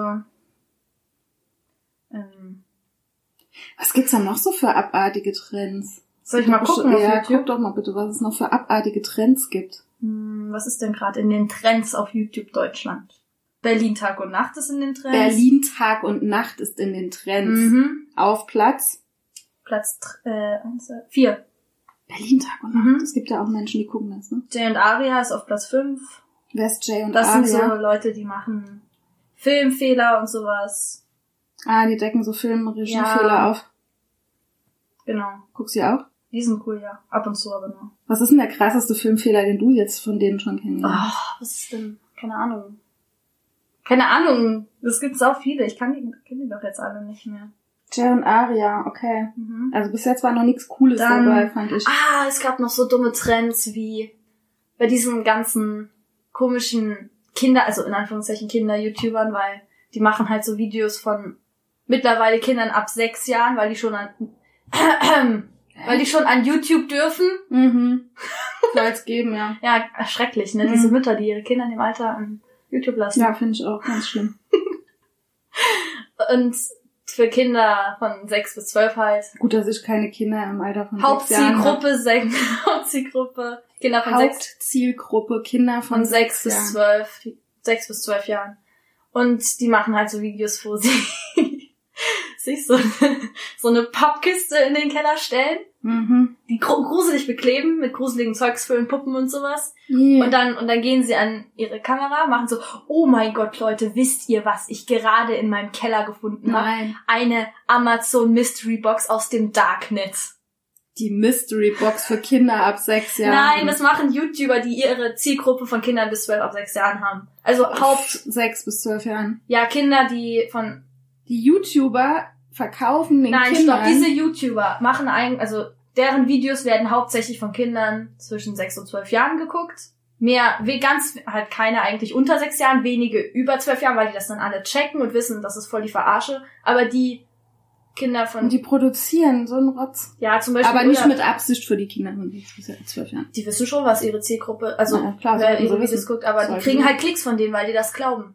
Speaker 2: Ähm,
Speaker 3: Was gibt's da noch so für abartige Trends?
Speaker 2: soll ich mal gucken auf
Speaker 3: ja,
Speaker 2: YouTube?
Speaker 3: guck doch mal bitte, was es noch für abartige Trends gibt.
Speaker 2: Hm, was ist denn gerade in den Trends auf YouTube Deutschland? Berlin Tag und Nacht ist in den Trends.
Speaker 3: Berlin Tag und Nacht ist in den Trends.
Speaker 2: Mhm.
Speaker 3: Auf Platz.
Speaker 2: Platz äh, 4.
Speaker 3: Berlin Tag und
Speaker 2: Mhm.
Speaker 3: Nacht. Es gibt ja auch Menschen, die gucken das, ne?
Speaker 2: Jay und Aria ist auf Platz 5.
Speaker 3: Wer ist Jay und
Speaker 2: Das
Speaker 3: Aria?
Speaker 2: sind so Leute, die machen Filmfehler und sowas.
Speaker 3: Ah, die decken so Filmregiefehler
Speaker 2: Ja.
Speaker 3: auf.
Speaker 2: Genau.
Speaker 3: Guckst du auch?
Speaker 2: Die sind cool, ja. Ab und zu aber nur.
Speaker 3: Was ist denn der krasseste Filmfehler, den du jetzt von denen schon kennengelernt
Speaker 2: Oh, was ist denn? Keine Ahnung. Keine Ahnung. Es gibt so viele. Ich kann die, kenn die doch jetzt alle nicht mehr.
Speaker 3: hast? Jay und Aria, okay.
Speaker 2: Mhm.
Speaker 3: Also bis jetzt war noch nichts Cooles
Speaker 2: Dann-
Speaker 3: dabei, fand ich.
Speaker 2: Ah, es gab noch so dumme Trends wie bei diesen ganzen komischen Kinder, also in Anführungszeichen Kinder-YouTubern, weil die machen halt so Videos von mittlerweile Kindern ab sechs Jahren, weil die schon an weil die schon an YouTube dürfen.
Speaker 3: Mhm. Soll es geben, ja.
Speaker 2: Ja, schrecklich, ne?
Speaker 3: Mhm.
Speaker 2: Diese Mütter, die ihre Kinder in dem Alter an YouTube lassen.
Speaker 3: Ja, finde ich auch ganz schlimm.
Speaker 2: Und für Kinder von sechs bis zwölf halt.
Speaker 3: Gut, dass ich keine Kinder im Alter von sechs Jahren ne? hab.
Speaker 2: Hauptzielgruppe, sechs, Hauptzielgruppe, Kinder von sechs
Speaker 3: Hauptzielgruppe Kinder von,
Speaker 2: von sechs bis
Speaker 3: Jahren.
Speaker 2: zwölf, die- sechs bis zwölf Jahren. Und die machen halt so Videos, wo sie sich so eine, so eine Pappkiste in den Keller stellen,
Speaker 3: Mhm.
Speaker 2: die gru- gruselig bekleben, mit gruseligem Zeugs füllen, Puppen und sowas.
Speaker 3: Yeah.
Speaker 2: Und dann, und dann gehen sie an ihre Kamera, machen so, oh mein Gott, Leute, wisst ihr, was ich gerade in meinem Keller gefunden habe?
Speaker 3: Nein,
Speaker 2: Eine Amazon Mystery Box aus dem Darknet.
Speaker 3: die Mystery Box für Kinder ab sechs Jahren.
Speaker 2: Nein, das machen YouTuber, die ihre Zielgruppe von Kindern bis zwölf ab sechs Jahren haben. Also Haupt,
Speaker 3: sechs bis zwölf Jahren.
Speaker 2: ja, Kinder, die von
Speaker 3: Die YouTuber verkaufen den
Speaker 2: Nein,
Speaker 3: Kindern.
Speaker 2: stopp, diese YouTuber machen eigentlich, also deren Videos werden hauptsächlich von Kindern zwischen 6 und 12 Jahren geguckt. Mehr, we- ganz, halt keine eigentlich unter 6 Jahren, wenige über 12 Jahren, weil die das dann alle checken und wissen, das ist voll die Verarsche. Aber die Kinder von,
Speaker 3: Und die produzieren so einen Rotz.
Speaker 2: ja, zum Beispiel,
Speaker 3: Aber nicht
Speaker 2: oder-
Speaker 3: mit Absicht für die Kinder von sechs bis zwölf Jahren.
Speaker 2: die wissen schon, was ihre Zielgruppe, also,
Speaker 3: Na ja, klar,
Speaker 2: wer
Speaker 3: sollten sie
Speaker 2: ihre Videos
Speaker 3: wissen.
Speaker 2: guckt, aber die
Speaker 3: Sollten
Speaker 2: kriegen
Speaker 3: sie.
Speaker 2: halt Klicks von denen, weil die das glauben.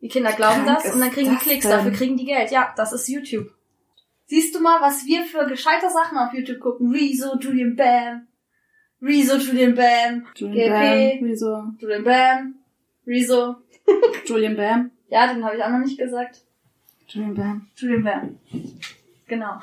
Speaker 2: Die Kinder glauben
Speaker 3: krank
Speaker 2: das und dann
Speaker 3: ist
Speaker 2: kriegen die
Speaker 3: das
Speaker 2: Klicks,
Speaker 3: denn?
Speaker 2: dafür kriegen die Geld. Ja, das ist YouTube. Siehst du mal, was wir für gescheite Sachen auf YouTube gucken? Rezo, Julian Bam. Rezo, Julian Bam.
Speaker 3: Julian
Speaker 2: GP.
Speaker 3: Bam, wieso?
Speaker 2: Julian Bam. Rezo.
Speaker 3: Julian Bam.
Speaker 2: Ja, den habe ich auch noch nicht gesagt.
Speaker 3: Julian Bam.
Speaker 2: Julian Bam. Genau.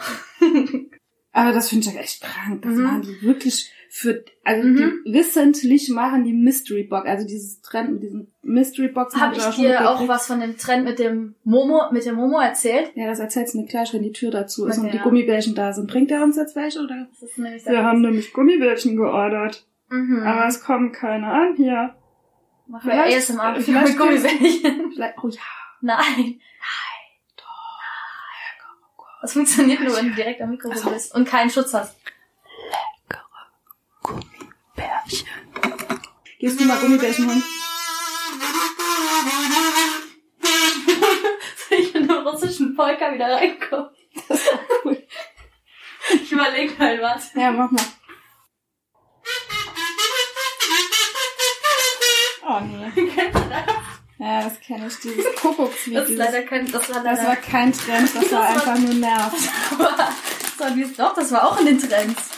Speaker 3: Aber das finde ich halt echt krank. Das
Speaker 2: Mhm.
Speaker 3: machen die wirklich für, also
Speaker 2: Mhm.
Speaker 3: die wissentlich machen die Mystery Box, also dieses Trend mit diesen Mystery Boxen. hab
Speaker 2: Habe ich dir auch
Speaker 3: mitgekriegt.
Speaker 2: was von dem Trend mit dem Momo, mit dem Momo erzählt?
Speaker 3: Ja, das erzählst du mir gleich, wenn die Tür dazu ist
Speaker 2: Okay,
Speaker 3: und die
Speaker 2: ja.
Speaker 3: Gummibärchen da sind. Bringt er uns jetzt welche oder?
Speaker 2: Das ist nämlich
Speaker 3: Wir haben nämlich Gummibärchen geordert,
Speaker 2: Mhm.
Speaker 3: aber es kommen keine an hier.
Speaker 2: Mach mal
Speaker 3: vielleicht-
Speaker 2: ASMR mit
Speaker 3: vielleicht-
Speaker 2: Gummibärchen.
Speaker 3: Vielleicht, oh ja,
Speaker 2: Nein. Nein. Doch. Das funktioniert nur, wenn du direkt am Mikrofon
Speaker 3: Also-
Speaker 2: bist und keinen Schutz hast.
Speaker 3: Gummibärchen. Gehst du mal Gummibärchen holen?
Speaker 2: Soll ich in den russischen Polka wieder reinkommen?
Speaker 3: Das ist cool.
Speaker 2: Ich überlege mal was.
Speaker 3: Ja, mach mal. Oh nee. Ja, das kenne ich, dieses Kuckuckslied.
Speaker 2: Das ist
Speaker 3: dieses-
Speaker 2: leider kein, das war
Speaker 3: das war
Speaker 2: leider,
Speaker 3: kein Trend, das war
Speaker 2: war-
Speaker 3: einfach nur Nerv.
Speaker 2: das war, das war dieses- doch, das war auch in den Trends.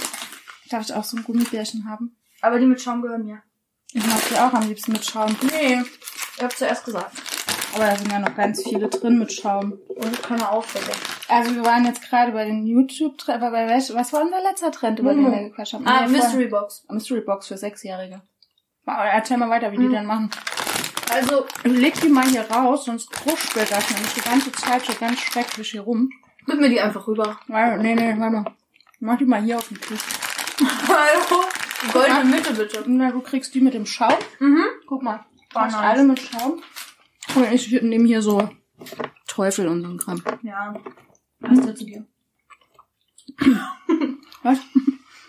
Speaker 3: Darf ich auch so ein Gummibärchen haben?
Speaker 2: Aber die mit Schaum gehören mir.
Speaker 3: Ich mag die auch am liebsten mit Schaum.
Speaker 2: Nee, ich hab zuerst gesagt.
Speaker 3: Aber da sind ja noch ganz viele drin mit Schaum.
Speaker 2: Und kann man aufdecken.
Speaker 3: Also wir waren jetzt gerade bei den YouTube-Trend, aber bei welch, was war unser letzter Trend, über den
Speaker 2: Momo.
Speaker 3: wir gequatscht haben?
Speaker 2: Ah,
Speaker 3: Nee, vorher-
Speaker 2: Mystery Box.
Speaker 3: Mystery Box für Sechsjährige. Mal- Erzähl mal weiter, wie die
Speaker 2: Mhm.
Speaker 3: dann machen.
Speaker 2: Also,
Speaker 3: Leg die mal hier raus, sonst kruspelt das nämlich die ganze Zeit so ganz schrecklich hier rum.
Speaker 2: gib mir die einfach rüber.
Speaker 3: Weil, nee, nee, warte mal. Mach die mal hier auf den Tisch.
Speaker 2: Hallo. Goldene Mitte, bitte.
Speaker 3: Na, du kriegst die mit dem Schaum.
Speaker 2: Mhm.
Speaker 3: Guck mal.
Speaker 2: War
Speaker 3: Fast
Speaker 2: nice.
Speaker 3: alle mit Schaum. Und ich nehme hier so Teufel und so ein Kram.
Speaker 2: Ja. Passt ja zu dir.
Speaker 3: Was?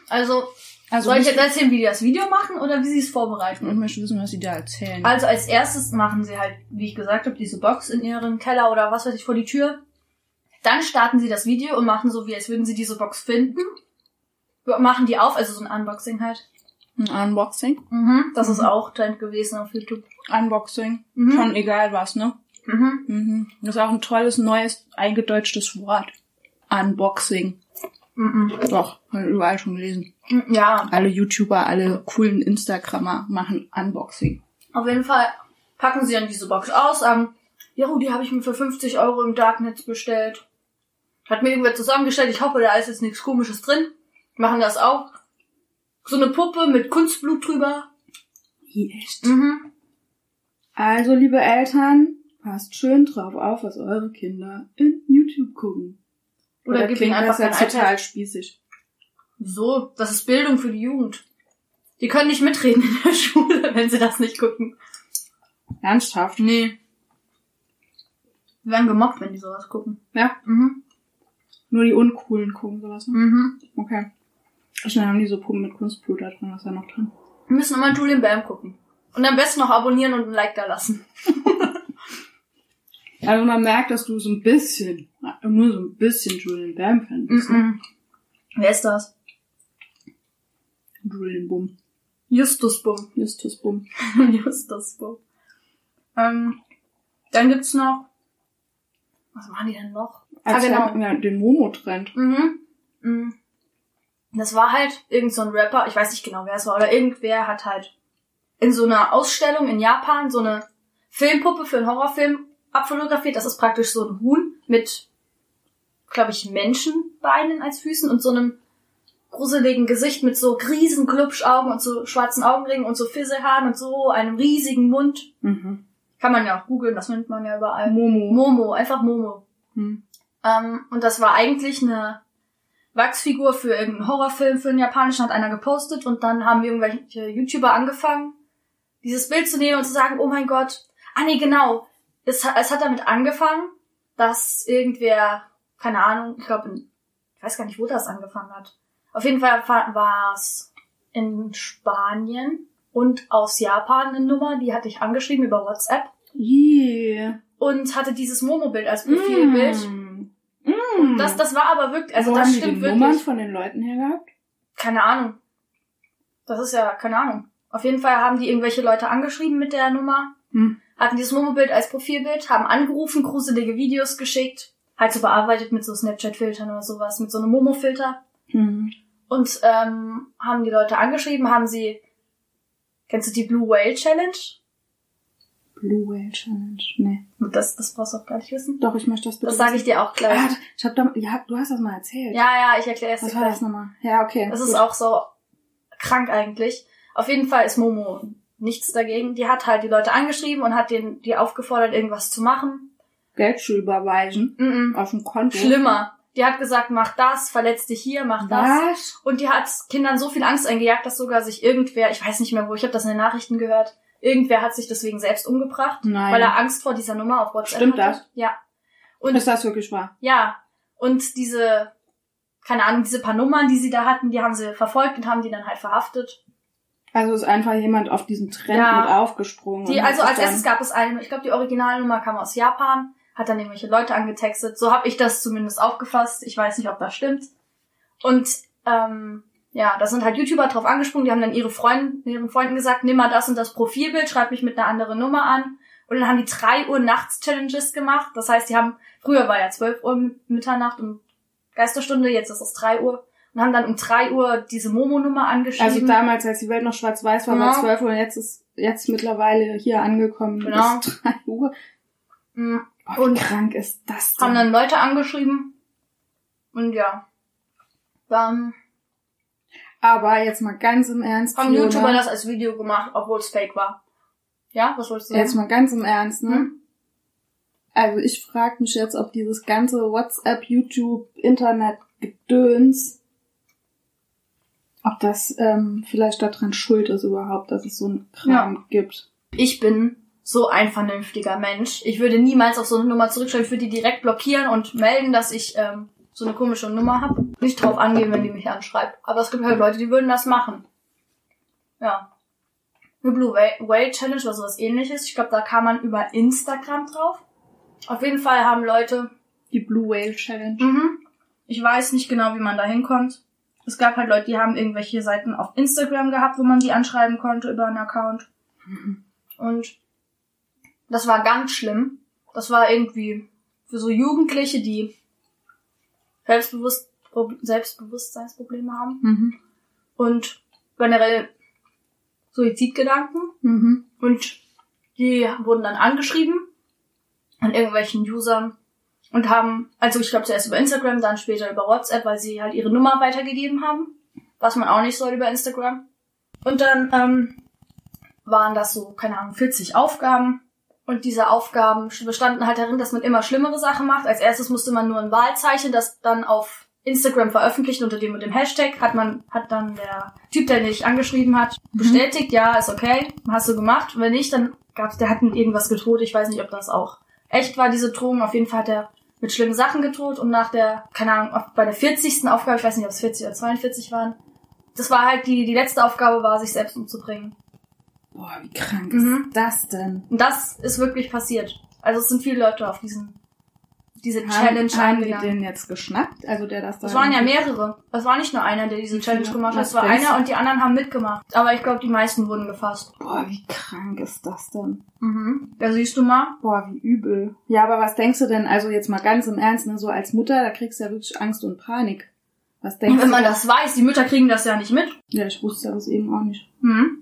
Speaker 2: Also,
Speaker 3: Also Mhm.
Speaker 2: soll ich
Speaker 3: ich,
Speaker 2: jetzt erzählen, wie die das Video machen oder wie sie es vorbereiten?
Speaker 3: ich möchte wissen, was sie da erzählen.
Speaker 2: Also als erstes machen sie halt, wie ich gesagt habe, diese Box in ihren Keller oder was weiß ich vor die Tür. Dann starten sie das Video und machen so, wie als würden sie diese Box finden. Machen die auf, also so ein Unboxing halt.
Speaker 3: Ein Unboxing.
Speaker 2: Mhm. Das ist
Speaker 3: Mhm.
Speaker 2: auch Trend gewesen auf YouTube.
Speaker 3: Unboxing.
Speaker 2: Mhm.
Speaker 3: Schon egal was, ne?
Speaker 2: Mhm.
Speaker 3: Mhm. Das ist auch ein tolles, neues, eingedeutschtes Wort. Unboxing.
Speaker 2: Mhm.
Speaker 3: Doch, hab ich überall schon gelesen.
Speaker 2: Mhm. Ja,
Speaker 3: Alle YouTuber, alle coolen Instagrammer machen Unboxing.
Speaker 2: Auf jeden Fall packen sie dann diese Box aus, sagen, ja, oh, die habe ich mir für 50 Euro im Darknet bestellt. Hat mir irgendwer zusammengestellt, ich hoffe, da ist jetzt nichts komisches drin. Machen das auch. So eine Puppe mit Kunstblut drüber.
Speaker 3: Yes.
Speaker 2: Mhm.
Speaker 3: Also, liebe Eltern, passt schön drauf auf, was eure Kinder in YouTube gucken.
Speaker 2: Oder gib ihnen
Speaker 3: klingt
Speaker 2: einfach
Speaker 3: das
Speaker 2: kein
Speaker 3: jetzt total spießig.
Speaker 2: So, das ist Bildung für die Jugend. Die können nicht mitreden in der Schule, wenn sie das nicht gucken.
Speaker 3: Ernsthaft? Nee.
Speaker 2: Die werden gemobbt, wenn die sowas gucken.
Speaker 3: Ja?
Speaker 2: Mhm.
Speaker 3: Nur die Uncoolen gucken sowas. Ne?
Speaker 2: Mhm.
Speaker 3: Okay. Und dann haben die so Puppen mit Kunstblut da drin, was ist da noch drin?
Speaker 2: Wir müssen immer Julian Bam gucken. Und am besten noch abonnieren und ein Like da lassen.
Speaker 3: Also man merkt, dass du so ein bisschen, nur so ein bisschen Julian Bam Fan bist. ne?
Speaker 2: Mhm. Wer ist das?
Speaker 3: ne? Julian Bum.
Speaker 2: Justus Bum.
Speaker 3: Justus Bum.
Speaker 2: Justus Bob. Ähm, dann gibt's noch. Was machen die denn noch?
Speaker 3: Als
Speaker 2: genau.
Speaker 3: hatten wir den Momo-Trend.
Speaker 2: Mhm. Mhm. Das war halt irgend so ein Rapper, ich weiß nicht genau, wer es war, oder irgendwer hat halt in so einer Ausstellung in Japan so eine Filmpuppe für einen Horrorfilm abfotografiert. Das ist praktisch so ein Huhn mit, glaube ich, Menschenbeinen als Füßen und so einem gruseligen Gesicht mit so riesen Klubschaugen und so schwarzen Augenringen und so Fisselhaaren und so einem riesigen Mund.
Speaker 3: Mhm.
Speaker 2: Kann man ja auch googeln, das findet man ja überall.
Speaker 3: Momo.
Speaker 2: Momo, einfach Momo.
Speaker 3: Hm.
Speaker 2: Ähm, und das war eigentlich eine Wachsfigur für irgendeinen Horrorfilm für einen japanischen, hat einer gepostet und dann haben irgendwelche YouTuber angefangen, dieses Bild zu nehmen und zu sagen, oh mein Gott, ah nee, genau, es, ha- es hat damit angefangen, dass irgendwer, keine Ahnung, ich glaube, in- ich weiß gar nicht, wo das angefangen hat. Auf jeden Fall war es in Spanien und aus Japan eine Nummer, die hatte ich angeschrieben über WhatsApp
Speaker 3: Yeah.
Speaker 2: und hatte dieses Momo-Bild als Profilbild.
Speaker 3: Mm. Mm.
Speaker 2: Das, das war aber wirklich, also
Speaker 3: Wo
Speaker 2: das
Speaker 3: haben die
Speaker 2: stimmt
Speaker 3: die
Speaker 2: wirklich.
Speaker 3: Nummern von den Leuten her gehabt?
Speaker 2: Keine Ahnung. Das ist ja, keine Ahnung. Auf jeden Fall haben die irgendwelche Leute angeschrieben mit der Nummer,
Speaker 3: Hm.
Speaker 2: hatten dieses Momo-Bild als Profilbild, haben angerufen, gruselige Videos geschickt, halt so bearbeitet mit so Snapchat-Filtern oder sowas, mit so einem Momo-Filter.
Speaker 3: Mhm.
Speaker 2: Und ähm, haben die Leute angeschrieben, haben sie. Kennst du die Blue Whale Challenge?
Speaker 3: Blue Whale Challenge. Nee.
Speaker 2: Das, das brauchst du auch gar nicht wissen.
Speaker 3: Doch, ich möchte das bitte.
Speaker 2: Das sage ich dir auch gleich.
Speaker 3: Ah, ich hab da, ja, du hast das mal erzählt.
Speaker 2: Ja, ja, ich erkläre es dir
Speaker 3: Was war
Speaker 2: gleich.
Speaker 3: das nochmal? Ja, okay.
Speaker 2: Das
Speaker 3: gut.
Speaker 2: ist auch so krank eigentlich. Auf jeden Fall ist Momo nichts dagegen. Die hat halt die Leute angeschrieben und hat denen, die aufgefordert, irgendwas zu machen.
Speaker 3: Geld zu überweisen.
Speaker 2: Mm -mm.
Speaker 3: Auf dem Konto.
Speaker 2: Schlimmer. Die hat gesagt, mach das, verletz dich hier, mach das.
Speaker 3: Was?
Speaker 2: Und die hat Kindern so viel Angst eingejagt, dass sogar sich irgendwer, ich weiß nicht mehr wo, ich habe das in den Nachrichten gehört, irgendwer hat sich deswegen selbst umgebracht,
Speaker 3: Nein.
Speaker 2: weil er Angst vor dieser Nummer auf WhatsApp
Speaker 3: Stimmt
Speaker 2: hatte.
Speaker 3: das?
Speaker 2: Ja. Und
Speaker 3: ist das wirklich wahr?
Speaker 2: Ja, und diese, keine Ahnung, diese paar Nummern, die sie da hatten, die haben sie verfolgt und haben die dann halt verhaftet.
Speaker 3: Also ist einfach jemand auf diesen Trend
Speaker 2: Ja.
Speaker 3: mit aufgesprungen.
Speaker 2: Die,
Speaker 3: und
Speaker 2: also
Speaker 3: hat
Speaker 2: als
Speaker 3: dann-
Speaker 2: erstes gab es eine, ich glaube, die Originalnummer kam aus Japan, hat dann irgendwelche Leute angetextet. So habe ich das zumindest aufgefasst. Ich weiß nicht, ob das stimmt. Und ähm, ja, da sind halt YouTuber drauf angesprungen, die haben dann ihre Freunden, ihren Freunden gesagt, nimm mal das und das Profilbild, schreib mich mit einer anderen Nummer an. Und dann haben die 3 Uhr nachts Challenges gemacht. Das heißt, die haben, früher war ja 12 Uhr Mitternacht und Geisterstunde, jetzt ist es 3 Uhr. Und haben dann um 3 Uhr diese Momo-Nummer angeschrieben.
Speaker 3: Also damals, als die Welt noch schwarz-weiß war, war
Speaker 2: Genau.
Speaker 3: 12 Uhr und jetzt ist jetzt mittlerweile hier angekommen
Speaker 2: Genau.
Speaker 3: ist 3 Uhr.
Speaker 2: Mm.
Speaker 3: Oh, wie
Speaker 2: Und-
Speaker 3: krank ist das denn?
Speaker 2: haben dann Leute angeschrieben und ja, dann
Speaker 3: Aber jetzt mal ganz im Ernst.
Speaker 2: haben
Speaker 3: Fiona,
Speaker 2: YouTuber das als Video gemacht, obwohl es fake war. Ja, was wolltest du
Speaker 3: Jetzt
Speaker 2: sagen?
Speaker 3: mal ganz im Ernst, ne?
Speaker 2: Hm?
Speaker 3: Also ich frage mich jetzt, ob dieses ganze WhatsApp, YouTube, Internet Gedöns Ob das ähm, vielleicht daran schuld ist überhaupt, dass es so einen Kram gibt.
Speaker 2: Ich bin so ein vernünftiger Mensch. Ich würde niemals auf so eine Nummer zurückschreiben. Ich würde die direkt blockieren und melden, dass ich ähm, so eine komische Nummer habe. Nicht drauf angehen, wenn die mich anschreibt. Aber es gibt halt Leute, die würden das machen. Ja. Eine Blue Whale Whale Challenge oder sowas ähnliches. Ich glaube, da kam man über Instagram drauf. Auf jeden Fall haben Leute
Speaker 3: Die Blue Whale Challenge.
Speaker 2: Mhm. Ich weiß nicht genau, wie man da hinkommt. Es gab halt Leute, die haben irgendwelche Seiten auf Instagram gehabt, wo man die anschreiben konnte über einen Account. Und das war ganz schlimm. Das war irgendwie für so Jugendliche, die Selbstbewusst Pro- Selbstbewusstseinsprobleme haben
Speaker 3: Mhm.
Speaker 2: und generell Suizidgedanken.
Speaker 3: Mhm.
Speaker 2: Und die wurden dann angeschrieben an irgendwelchen Usern und haben, also ich glaube zuerst über Instagram, dann später über WhatsApp, weil sie halt ihre Nummer weitergegeben haben, was man auch nicht soll über Instagram. Und dann ähm, waren das so, keine Ahnung, 40 Aufgaben. Und diese Aufgaben bestanden halt darin, dass man immer schlimmere Sachen macht. Als erstes musste man nur ein Wahlzeichen, das dann auf Instagram veröffentlichen unter dem und dem Hashtag. Hat man, hat dann der Typ, der dich angeschrieben hat, bestätigt, ja, ist okay, hast du gemacht. Wenn nicht, dann gab's, der hat mit irgendwas gedroht. Ich weiß nicht, ob das auch echt war, diese Drohung. Auf jeden Fall hat er mit schlimmen Sachen gedroht und nach der, keine Ahnung, auf- bei der 40. Aufgabe, ich weiß nicht, ob es 40 oder 42 waren, das war halt die, die letzte Aufgabe war, sich selbst umzubringen.
Speaker 3: Boah, wie krank
Speaker 2: Mhm.
Speaker 3: ist das denn?
Speaker 2: Und das ist wirklich passiert. Also es sind viele Leute auf diesen, diese
Speaker 3: Haben-
Speaker 2: Challenge
Speaker 3: haben die
Speaker 2: eingegangen.
Speaker 3: den jetzt geschnappt? Also der das da.
Speaker 2: Es waren ja mehrere. Es war nicht nur einer, der diese Challenge
Speaker 3: viele?
Speaker 2: gemacht hat. Es war
Speaker 3: Was denkst
Speaker 2: einer
Speaker 3: du?
Speaker 2: und die anderen haben mitgemacht. Aber ich glaube, die meisten wurden gefasst.
Speaker 3: Boah, wie krank ist das denn?
Speaker 2: Mhm. Da siehst du mal.
Speaker 3: Boah, wie übel. Ja, aber was denkst du denn, also jetzt mal ganz im Ernst, ne, so als Mutter, da kriegst du ja wirklich Angst und Panik. Was denkst
Speaker 2: Und wenn
Speaker 3: du?
Speaker 2: man das weiß, die Mütter kriegen das ja nicht mit.
Speaker 3: Ja, ich wusste das eben auch nicht.
Speaker 2: Mhm.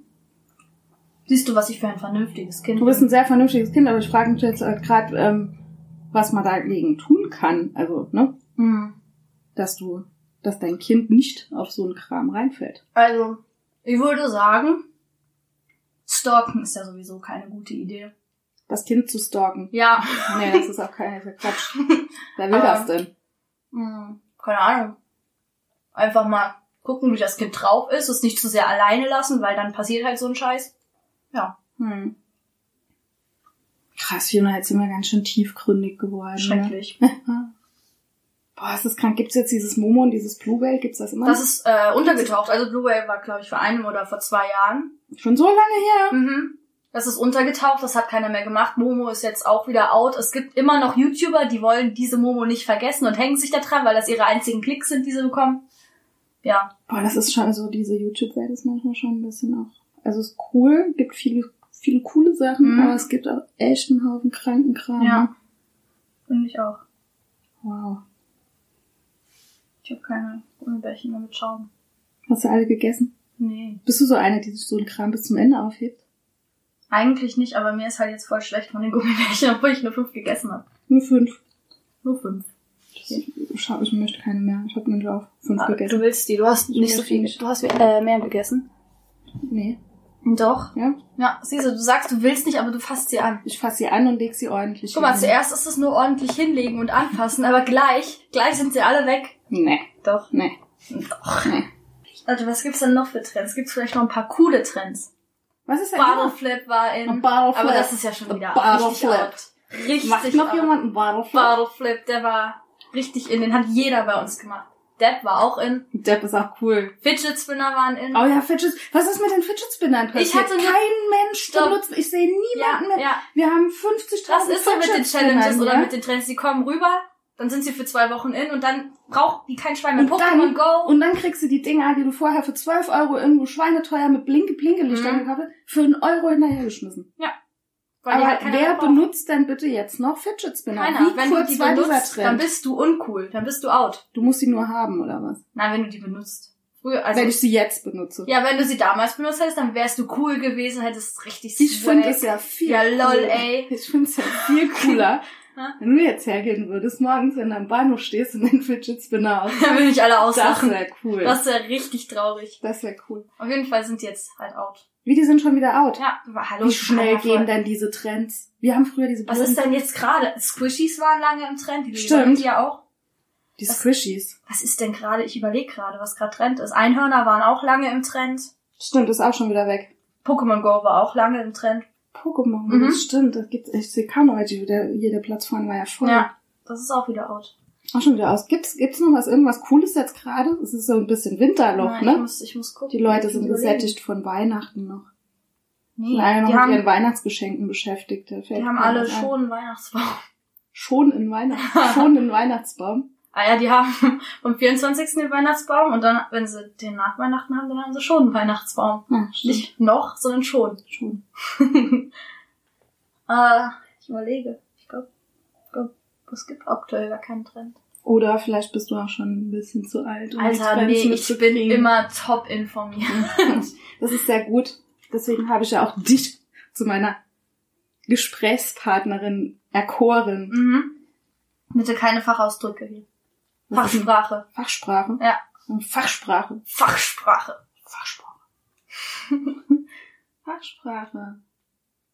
Speaker 2: Siehst du, was ich für ein vernünftiges Kind
Speaker 3: Du bist ein sehr vernünftiges Kind, aber ich frage mich jetzt äh, gerade, ähm, was man dagegen tun kann. Also, ne,
Speaker 2: bin. Mhm.
Speaker 3: dass du, dass dein Kind nicht auf so einen Kram reinfällt.
Speaker 2: Also, ich würde sagen, stalken ist ja sowieso keine gute Idee.
Speaker 3: Das Kind zu stalken.
Speaker 2: Ja.
Speaker 3: Nee, das ist auch kein das ist ja Quatsch. Wer will
Speaker 2: Aber-
Speaker 3: das denn?
Speaker 2: Mhm. Keine Ahnung. Einfach mal gucken, wie das Kind drauf ist. Es nicht zu sehr alleine lassen, weil dann passiert halt so ein Scheiß. Ja.
Speaker 3: Hm. Krass, Fiona, jetzt sind wir ganz schön tiefgründig
Speaker 2: Mhm.
Speaker 3: geworden. Ne?
Speaker 2: Schrecklich.
Speaker 3: Boah, ist das krank. Gibt's jetzt dieses Momo und dieses Blue Whale? Gibt's das immer?
Speaker 2: Das ist äh, untergetaucht. Also Blue Whale war, glaube ich, vor einem oder vor zwei Jahren.
Speaker 3: schon so lange her?
Speaker 2: Mhm. Das ist untergetaucht, das hat keiner mehr gemacht. Momo ist jetzt auch wieder out. Es gibt immer noch YouTuber, die wollen diese Momo nicht vergessen und hängen sich da dran, weil das ihre einzigen Klicks sind, die sie bekommen. Ja.
Speaker 3: Boah, das ist schon, also diese YouTube-Welt ist manchmal schon ein bisschen auch. Also es ist cool, gibt viele, viele coole Sachen,
Speaker 2: Mhm.
Speaker 3: aber es gibt auch echt einen Haufen Krankenkram.
Speaker 2: Ja. Finde ich auch.
Speaker 3: Wow.
Speaker 2: Ich habe keine Gummibärchen mehr mit Schaum.
Speaker 3: Hast du alle gegessen?
Speaker 2: Nee.
Speaker 3: Bist du so eine, die sich so einen Kram bis zum Ende aufhebt?
Speaker 2: Eigentlich nicht, aber mir ist halt jetzt voll schlecht von den Gummibärchen, obwohl ich nur fünf gegessen habe.
Speaker 3: Nur fünf.
Speaker 2: Nur fünf.
Speaker 3: Ich, schau, ich möchte keine mehr. Ich habe nur auf fünf
Speaker 2: Ah, Du
Speaker 3: gegessen.
Speaker 2: willst die, du hast nicht
Speaker 3: Ja,
Speaker 2: so viel.
Speaker 3: fünf.
Speaker 2: Du hast äh, mehr gegessen.
Speaker 3: Nee.
Speaker 2: Doch.
Speaker 3: Ja?
Speaker 2: Ja, siehst du, du sagst, du willst nicht, aber du fasst sie an.
Speaker 3: Ich fasse sie an und leg sie ordentlich
Speaker 2: Guck mal,
Speaker 3: hin.
Speaker 2: zuerst ist es nur ordentlich hinlegen und anfassen, aber gleich, gleich sind sie alle weg.
Speaker 3: Nee.
Speaker 2: Doch.
Speaker 3: Nee.
Speaker 2: Doch.
Speaker 3: Nee.
Speaker 2: Also, was gibt's denn noch für Trends? Gibt's vielleicht noch ein paar coole Trends?
Speaker 3: Was ist denn noch?
Speaker 2: Baroflip war in.
Speaker 3: Ein Baroflip.
Speaker 2: Aber das ist ja schon wieder
Speaker 3: Baroflip.
Speaker 2: richtig out. Richtig
Speaker 3: Macht noch
Speaker 2: out.
Speaker 3: jemand einen Baroflip?
Speaker 2: Baroflip, der war richtig in. Den hat jeder bei uns gemacht. Depp war auch in.
Speaker 3: Depp ist auch cool.
Speaker 2: Fidget Spinner waren in.
Speaker 3: Oh ja, Fidget. Was ist mit den Fidget Spinnern passiert?
Speaker 2: Mhm. Ich hatte ne-
Speaker 3: kein Mensch
Speaker 2: Stopp.
Speaker 3: benutzt. Ich sehe
Speaker 2: ja,
Speaker 3: niemanden mit.
Speaker 2: ja.
Speaker 3: Wir haben 50.000
Speaker 2: Das ist so mit den Challenges
Speaker 3: Fidget-Spinnern,
Speaker 2: oder
Speaker 3: ja?
Speaker 2: mit den Trends. Die kommen rüber, dann sind sie für zwei Wochen in und dann braucht die kein Schwein mehr.
Speaker 3: Und dann-
Speaker 2: Pokémon Go.
Speaker 3: und dann kriegst du die Dinger, die du vorher für 12 Euro irgendwo schweineteuer mit Blinke-Blinke-Lichtern
Speaker 2: Mhm.
Speaker 3: gekauft hast, für einen Euro hinterhergeschmissen.
Speaker 2: weil die
Speaker 3: Aber
Speaker 2: halt keiner
Speaker 3: wer
Speaker 2: braucht.
Speaker 3: benutzt denn bitte jetzt noch Fidget Spinner?
Speaker 2: Keiner.
Speaker 3: Wie
Speaker 2: Wenn du
Speaker 3: kurz
Speaker 2: die
Speaker 3: war dieser
Speaker 2: benutzt,
Speaker 3: Trend?
Speaker 2: dann bist du uncool. Dann bist du out.
Speaker 3: du musst sie nur haben, oder was?
Speaker 2: Nein, wenn du die benutzt. Früher, also,
Speaker 3: Wenn ich sie jetzt benutze.
Speaker 2: ja, wenn du sie damals benutzt hättest, dann wärst du cool gewesen, hättest richtig
Speaker 3: Ich
Speaker 2: swag.
Speaker 3: finde es ja viel
Speaker 2: Ja, lol,
Speaker 3: cooler.
Speaker 2: ey.
Speaker 3: Ich finde es ja viel cooler,
Speaker 2: Ha?
Speaker 3: wenn du jetzt hergehen würdest, morgens, wenn du am Bahnhof stehst und den Fidget Spinner aus.
Speaker 2: Dann würde ich alle
Speaker 3: Das
Speaker 2: auslachen.
Speaker 3: wäre cool.
Speaker 2: Das wäre richtig traurig.
Speaker 3: Das wäre cool.
Speaker 2: Auf jeden Fall sind die jetzt halt out.
Speaker 3: Wie, die sind schon wieder out.
Speaker 2: Ja, aber hallo.
Speaker 3: Wie
Speaker 2: ich bin
Speaker 3: schnell
Speaker 2: einer voll.
Speaker 3: gehen denn diese Trends? Wir haben früher diese
Speaker 2: Was
Speaker 3: blöden-
Speaker 2: ist denn jetzt gerade? Squishies waren lange im Trend. Die
Speaker 3: Stimmt.
Speaker 2: Die ja auch.
Speaker 3: Die
Speaker 2: Was-
Speaker 3: Squishies.
Speaker 2: Was ist denn gerade? Ich überlege gerade, was gerade Trend ist. Einhörner waren auch lange im Trend.
Speaker 3: Stimmt, ist auch schon wieder weg.
Speaker 2: Pokémon Go war auch lange im Trend.
Speaker 3: Pokémon,
Speaker 2: Mhm.
Speaker 3: das stimmt. Das gibt's, ich sehe kaum noch welche. Der, hier der Platz vorne war ja voll.
Speaker 2: Ja, das ist auch wieder out.
Speaker 3: Auch schon wieder aus. Gibt's, gibt's noch was, irgendwas Cooles jetzt gerade? Es ist so ein bisschen Winterloch,
Speaker 2: Nein, Ich
Speaker 3: ne?
Speaker 2: muss, ich muss gucken.
Speaker 3: Die Leute
Speaker 2: Ich muss
Speaker 3: sind
Speaker 2: überlegen.
Speaker 3: gesättigt von Weihnachten noch.
Speaker 2: Nee,
Speaker 3: Sind alle noch
Speaker 2: die
Speaker 3: mit ihren
Speaker 2: haben,
Speaker 3: Weihnachtsgeschenken beschäftigt. Da fällt
Speaker 2: die haben
Speaker 3: keiner
Speaker 2: alle
Speaker 3: ein.
Speaker 2: schon einen Weihnachtsbaum.
Speaker 3: Schon in Weihnachten, schon in Weihnachtsbaum.
Speaker 2: Ah ja, die haben vom 24. den Weihnachtsbaum und dann, wenn sie den nach Weihnachten haben, dann haben sie schon einen Weihnachtsbaum.
Speaker 3: Ja, Ah, stimmt.
Speaker 2: Nicht noch, sondern schon.
Speaker 3: Schon.
Speaker 2: äh, ich überlege. Ich glaube, glaub, es gibt aktuell gar keinen Trend.
Speaker 3: Oder vielleicht bist du auch schon ein bisschen zu alt. um die
Speaker 2: Alter,
Speaker 3: Trends
Speaker 2: nee, ich bin
Speaker 3: mitzukriegen.
Speaker 2: immer top informiert.
Speaker 3: Das ist sehr gut. Deswegen habe ich ja auch dich zu meiner Gesprächspartnerin erkoren.
Speaker 2: Mhm. Bitte keine Fachausdrücke hier.
Speaker 3: Was ist denn
Speaker 2: Fachsprache.
Speaker 3: Fachsprache?
Speaker 2: Ja.
Speaker 3: Fachsprache.
Speaker 2: Fachsprache.
Speaker 3: Fachsprache. Fachsprache.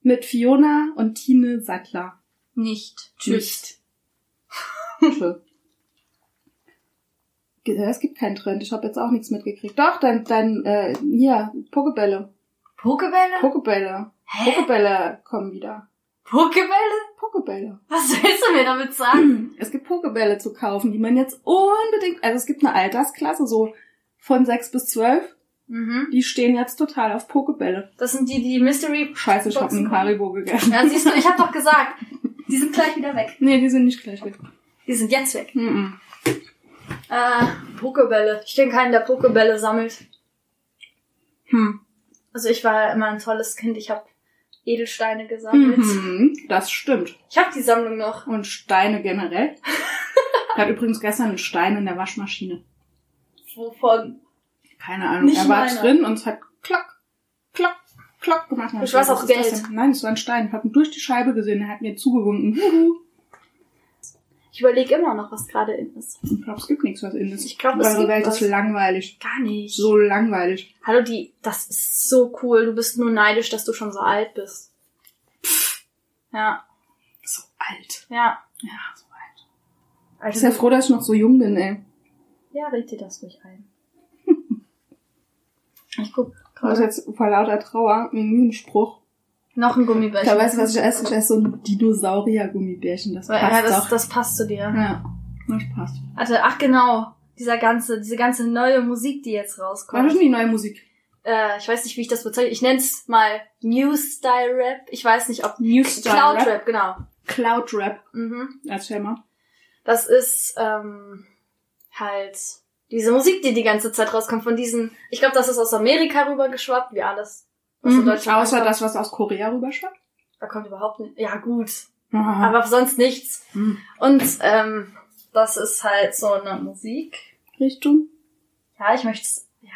Speaker 3: Mit Fiona und Tine Sattler.
Speaker 2: Nicht. Tschüss.
Speaker 3: Tschö. Es gibt keinen Trend. Ich habe jetzt auch nichts mitgekriegt. Doch, dein, dein, äh, hier, Pokebälle.
Speaker 2: Pokebälle?
Speaker 3: Pokebälle.
Speaker 2: Hä?
Speaker 3: Pokebälle kommen wieder.
Speaker 2: Pokebälle?
Speaker 3: Pokebälle.
Speaker 2: Was willst du mir damit sagen?
Speaker 3: Es gibt Pokebälle zu kaufen, die man jetzt unbedingt, also es gibt eine Altersklasse, so von 6 bis 12,
Speaker 2: Mhm.
Speaker 3: die stehen jetzt total auf Pokebälle.
Speaker 2: Das sind die, die Mystery.
Speaker 3: Scheiße, ich hab einen Haribo gegessen.
Speaker 2: Ja, siehst du, ich hab doch gesagt, die sind gleich wieder weg.
Speaker 3: Nee, die sind nicht gleich weg.
Speaker 2: Die sind jetzt weg.
Speaker 3: Mhm.
Speaker 2: Äh, Pokebälle. Ich kenne keinen, der Pokebälle sammelt.
Speaker 3: Hm.
Speaker 2: Also ich war immer ein tolles Kind. Ich habe Edelsteine gesammelt.
Speaker 3: Mhm. Das stimmt.
Speaker 2: Ich habe die Sammlung noch.
Speaker 3: Und Steine generell. Ich hatte übrigens gestern einen Stein in der Waschmaschine.
Speaker 2: Wovon?
Speaker 3: Keine Ahnung.
Speaker 2: Nicht
Speaker 3: er war
Speaker 2: meiner.
Speaker 3: drin und es hat klock, klock, klock gemacht.
Speaker 2: Ich weiß
Speaker 3: Was
Speaker 2: auch
Speaker 3: ist das
Speaker 2: Geld.
Speaker 3: denn? Nein, es war ein Stein. Ich hab ihn durch die Scheibe gesehen. Er hat mir zugewunken. Juhu.
Speaker 2: Ich überlege immer noch, was gerade in ist.
Speaker 3: Ich glaube, es gibt nichts, was innen ist.
Speaker 2: Ich glaube, es
Speaker 3: Eure
Speaker 2: gibt
Speaker 3: Welt
Speaker 2: was.
Speaker 3: ist langweilig.
Speaker 2: Gar nicht.
Speaker 3: So langweilig.
Speaker 2: Hallo, die, das ist so cool. Du bist nur neidisch, dass du schon so alt bist. Ja,
Speaker 3: So alt.
Speaker 2: ja.
Speaker 3: Ja, so alt. Ich bin
Speaker 2: Also,
Speaker 3: sehr froh, dass ich noch so jung bin, ey.
Speaker 2: ja, red dir das ruhig ein. Ich guck
Speaker 3: Ich muss
Speaker 2: gerade.
Speaker 3: jetzt vor lauter Trauer wegen diesem Spruch.
Speaker 2: Noch ein
Speaker 3: Da
Speaker 2: Gummibärchen.
Speaker 3: weißt du, was ich esse? Ich esse so ein Dinosaurier-Gummibärchen. Das passt
Speaker 2: ja, das,
Speaker 3: doch.
Speaker 2: das passt zu dir.
Speaker 3: Ja, das passt.
Speaker 2: Also, ach genau, dieser ganze, diese ganze neue Musik, die jetzt
Speaker 3: Was ist
Speaker 2: rauskommt.
Speaker 3: denn die neue Musik?
Speaker 2: Äh, ich weiß nicht, wie ich das bezeichne. Ich nenn's mal New Style Rap. Ich weiß nicht, ob
Speaker 3: New
Speaker 2: Cloud Rap, genau.
Speaker 3: Cloud Rap.
Speaker 2: Mhm.
Speaker 3: Erzähl mal.
Speaker 2: Das ist ähm, halt diese Musik, die die ganze Zeit rauskommt von diesen. Ich glaube, das ist aus Amerika rübergeschwappt, wie alles. Was in
Speaker 3: Mhm.
Speaker 2: Deutschland
Speaker 3: Außer
Speaker 2: ankommt.
Speaker 3: das, was aus Korea rüberschwappt.
Speaker 2: Da kommt überhaupt nicht. Ja gut,
Speaker 3: Aha.
Speaker 2: aber sonst nichts.
Speaker 3: Mhm.
Speaker 2: Und ähm, das ist halt so eine Musik.
Speaker 3: Richtung.
Speaker 2: Ja, ich möchte.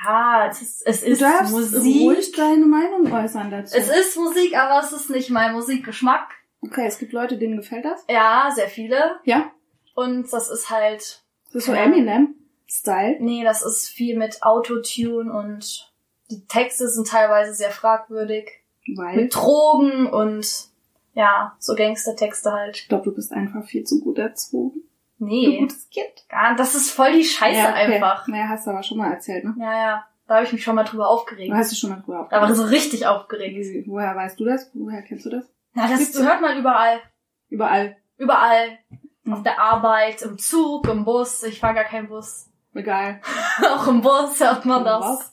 Speaker 2: Ja, es ist, es
Speaker 3: Du
Speaker 2: ist
Speaker 3: darfst
Speaker 2: Musik.
Speaker 3: ruhig deine Meinung äußern dazu.
Speaker 2: Es ist Musik, aber es ist nicht mein Musikgeschmack.
Speaker 3: okay, es gibt Leute, denen gefällt das.
Speaker 2: Ja, sehr viele.
Speaker 3: Ja.
Speaker 2: Und das ist halt.
Speaker 3: Das ist so
Speaker 2: Ja.
Speaker 3: Eminem-Style.
Speaker 2: Nee, das ist viel mit Autotune und die Texte sind teilweise sehr fragwürdig.
Speaker 3: Weil
Speaker 2: Mit Drogen und ja, so Gangstertexte halt.
Speaker 3: ich glaube, du bist einfach viel zu gut erzogen. Du
Speaker 2: Nee,
Speaker 3: gutes Kind.
Speaker 2: gar, das ist voll die Scheiße einfach.
Speaker 3: Naja, hast du aber schon mal erzählt, ne?
Speaker 2: Ja, ja, da habe ich mich schon mal drüber
Speaker 3: Du
Speaker 2: aufgeregt.
Speaker 3: hast dich schon mal drüber
Speaker 2: Aber
Speaker 3: aufgeregt.
Speaker 2: so richtig aufgeregt.
Speaker 3: Wie- Woher weißt du das? Woher kennst du das?
Speaker 2: Na, das hört man überall.
Speaker 3: Überall.
Speaker 2: Überall. Auf
Speaker 3: Mhm.
Speaker 2: der Arbeit, im Zug, im Bus. Ich fahre gar keinen Bus.
Speaker 3: Egal.
Speaker 2: Auch im Bus hört man
Speaker 3: Im
Speaker 2: das.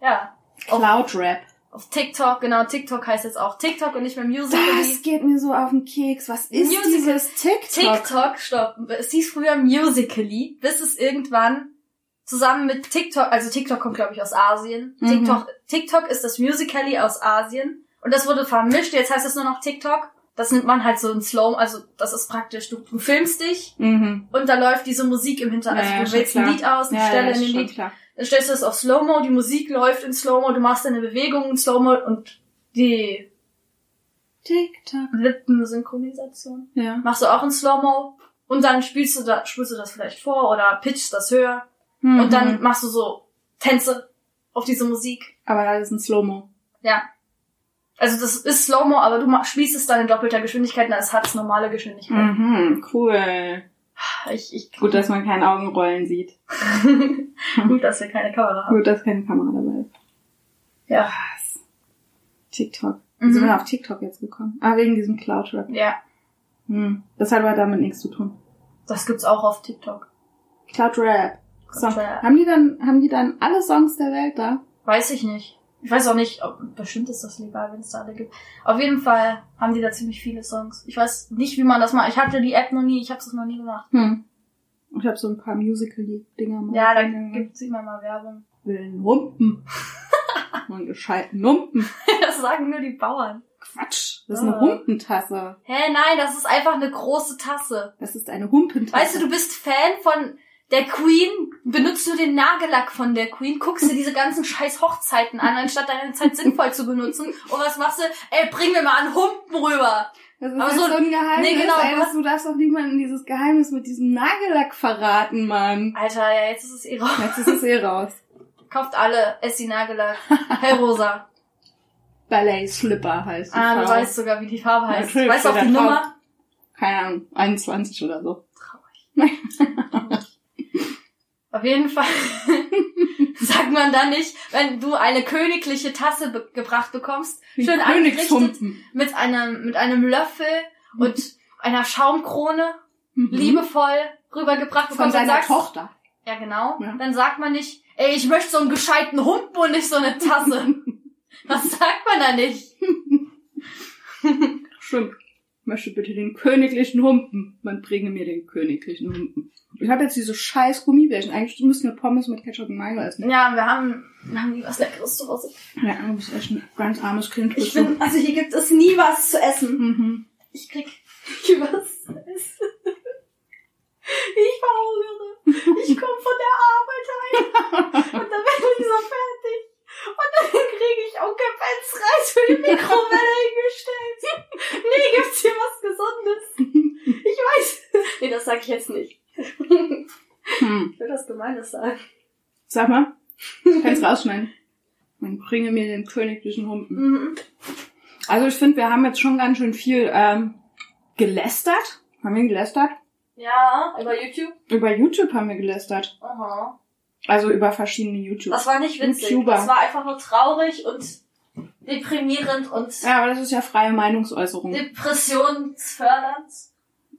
Speaker 2: ja. Auf,
Speaker 3: Cloud Rap.
Speaker 2: auf TikTok, genau. TikTok heißt jetzt auch TikTok und nicht mehr Musical.ly.
Speaker 3: Das geht mir so auf den Keks. Was ist
Speaker 2: Musical-
Speaker 3: dieses TikTok?
Speaker 2: TikTok, stopp. Es hieß früher Musically, bis es irgendwann zusammen mit TikTok, also TikTok kommt glaube ich aus Asien.
Speaker 3: Mhm.
Speaker 2: TikTok, TikTok ist das Musically aus Asien und das wurde vermischt. Jetzt heißt es nur noch TikTok. Das nimmt man halt so in Slow, also das ist praktisch, du, du filmst dich
Speaker 3: Mhm.
Speaker 2: und da läuft diese Musik im Hintergrund.
Speaker 3: Ja, ja,
Speaker 2: also du
Speaker 3: schon
Speaker 2: wählst ein
Speaker 3: klar.
Speaker 2: Lied aus, eine
Speaker 3: Ja,
Speaker 2: Stelle
Speaker 3: ja,
Speaker 2: in
Speaker 3: ist
Speaker 2: dem
Speaker 3: schon
Speaker 2: Lied,
Speaker 3: klar.
Speaker 2: dann stellst du das auf Slow-Mo, die Musik läuft in Slow-Mo, du machst deine Bewegung in Slow-Mo und die
Speaker 3: TikTok.
Speaker 2: Lippensynchronisation.
Speaker 3: Ja.
Speaker 2: machst du auch in Slow-Mo und dann spielst du da, spulst du das vielleicht vor oder pitchst das höher
Speaker 3: Mhm.
Speaker 2: und dann machst du so Tänze auf diese Musik.
Speaker 3: Aber das ist ein Slow-Mo.
Speaker 2: Ja. Also das ist Slow-Mo, aber du ma- spielst es dann in doppelter Geschwindigkeit und dann ist es normale Geschwindigkeit.
Speaker 3: Mhm. Cool.
Speaker 2: Ich, ich,
Speaker 3: Mhm. Gut, dass man kein Augenrollen sieht.
Speaker 2: Gut, dass wir keine Kamera haben.
Speaker 3: Gut, dass keine Kamera dabei ist.
Speaker 2: Ja.
Speaker 3: Was? TikTok.
Speaker 2: Mhm.
Speaker 3: Wie sind wir auf TikTok jetzt gekommen? Ah, wegen diesem Cloud-Rap.
Speaker 2: Ja.
Speaker 3: Hm. Das hat aber damit nichts zu tun.
Speaker 2: Das gibt's auch auf TikTok. äh,
Speaker 3: Cloud-Rap. So.
Speaker 2: Cloud-Rap.
Speaker 3: Haben die dann, haben die dann alle Songs der Welt da?
Speaker 2: Weiß ich nicht. Ich weiß auch nicht, ob, bestimmt ist das legal, wenn es da alle gibt. Auf jeden Fall haben die da ziemlich viele Songs. Ich weiß nicht, wie man das macht. Ich hatte die App noch nie, ich habe das noch nie gemacht.
Speaker 3: Hm. Ich habe so ein paar Musical-Dinger mal.
Speaker 2: Ja, da
Speaker 3: will
Speaker 2: gibt's immer mal Werbung.
Speaker 3: einen Humpen. einen gescheiten Humpen.
Speaker 2: Das sagen nur die Bauern.
Speaker 3: Quatsch. Das ist eine
Speaker 2: Ah.
Speaker 3: Humpentasse.
Speaker 2: Hä, nein, das ist einfach eine große Tasse.
Speaker 3: Das ist eine Humpentasse.
Speaker 2: Weißt du, du bist Fan von der Queen, benutzt nur den Nagellack von der Queen, guckst dir diese ganzen scheiß Hochzeiten an, anstatt deine Zeit sinnvoll zu benutzen. Und was machst du? Ey, bring mir mal einen Humpen rüber.
Speaker 3: Das ist
Speaker 2: Aber
Speaker 3: jetzt
Speaker 2: so-
Speaker 3: so ein Geheimnis.
Speaker 2: Nee, genau,
Speaker 3: Ey,
Speaker 2: du
Speaker 3: das, du darfst doch niemandem dieses Geheimnis mit diesem Nagellack verraten, Mann.
Speaker 2: Alter, ja, jetzt ist es eh raus.
Speaker 3: Jetzt ist es eh raus.
Speaker 2: Kauft alle Essi Nagellack. Hey Rosa.
Speaker 3: Ballet Slipper heißt die
Speaker 2: Ah, du
Speaker 3: Frau.
Speaker 2: weißt sogar, wie die Farbe heißt.
Speaker 3: Natürlich,
Speaker 2: weißt du auch
Speaker 3: bei
Speaker 2: die
Speaker 3: der
Speaker 2: Nummer?
Speaker 3: Keine Ahnung, 21 oder so.
Speaker 2: Auf jeden Fall sagt man da nicht, wenn du eine königliche Tasse be gebracht bekommst,
Speaker 3: Wie
Speaker 2: schön angerichtet
Speaker 3: Königshumpen.
Speaker 2: mit einem, mit einem Löffel und einer Schaumkrone,
Speaker 3: Mhm.
Speaker 2: liebevoll rübergebracht
Speaker 3: von
Speaker 2: bekommst, dann
Speaker 3: seiner
Speaker 2: sagst,
Speaker 3: Tochter.
Speaker 2: ja genau,
Speaker 3: Ja.
Speaker 2: dann sagt man nicht, ey, ich möchte so einen gescheiten Humpen und nicht so eine Tasse. Das sagt man da nicht.
Speaker 3: Stimmt. Ich möchte bitte den königlichen Humpen. Man bringe mir den königlichen Humpen. Ich habe jetzt diese scheiß Gummibärchen. Eigentlich müssen wir Pommes mit Ketchup und Mayo essen.
Speaker 2: Ja, wir haben, wir haben nie was Leckeres zu Hause.
Speaker 3: Ja, du bist echt ein ganz armes Kind.
Speaker 2: Ich bin, also hier gibt es nie was zu essen.
Speaker 3: Mhm.
Speaker 2: Ich krieg nicht was zu essen. Ich verhungere. Ich komme von der Arbeit heim. Und dann bin ich so fertig. Und dann kriege ich Onkel Benz Reis für die Mikrowelle hingestellt. Nee, gibt's hier was Gesundes? Ich weiß. Nee, das sag ich jetzt nicht. Ich
Speaker 3: Hm.
Speaker 2: will das Gemeines sagen.
Speaker 3: Sag mal, kannst rausschneiden. Man bringe mir den königlichen Humpen.
Speaker 2: Mhm.
Speaker 3: Also ich finde, wir haben jetzt schon ganz schön viel ähm, gelästert. Haben wir gelästert?
Speaker 2: Ja, über YouTube.
Speaker 3: Über YouTube haben wir gelästert.
Speaker 2: Aha.
Speaker 3: Also über verschiedene YouTube.
Speaker 2: Das war nicht witzig.
Speaker 3: YouTuber.
Speaker 2: Das war einfach nur traurig und deprimierend und
Speaker 3: Ja, aber das ist ja freie Meinungsäußerung.
Speaker 2: depressionsfördernd.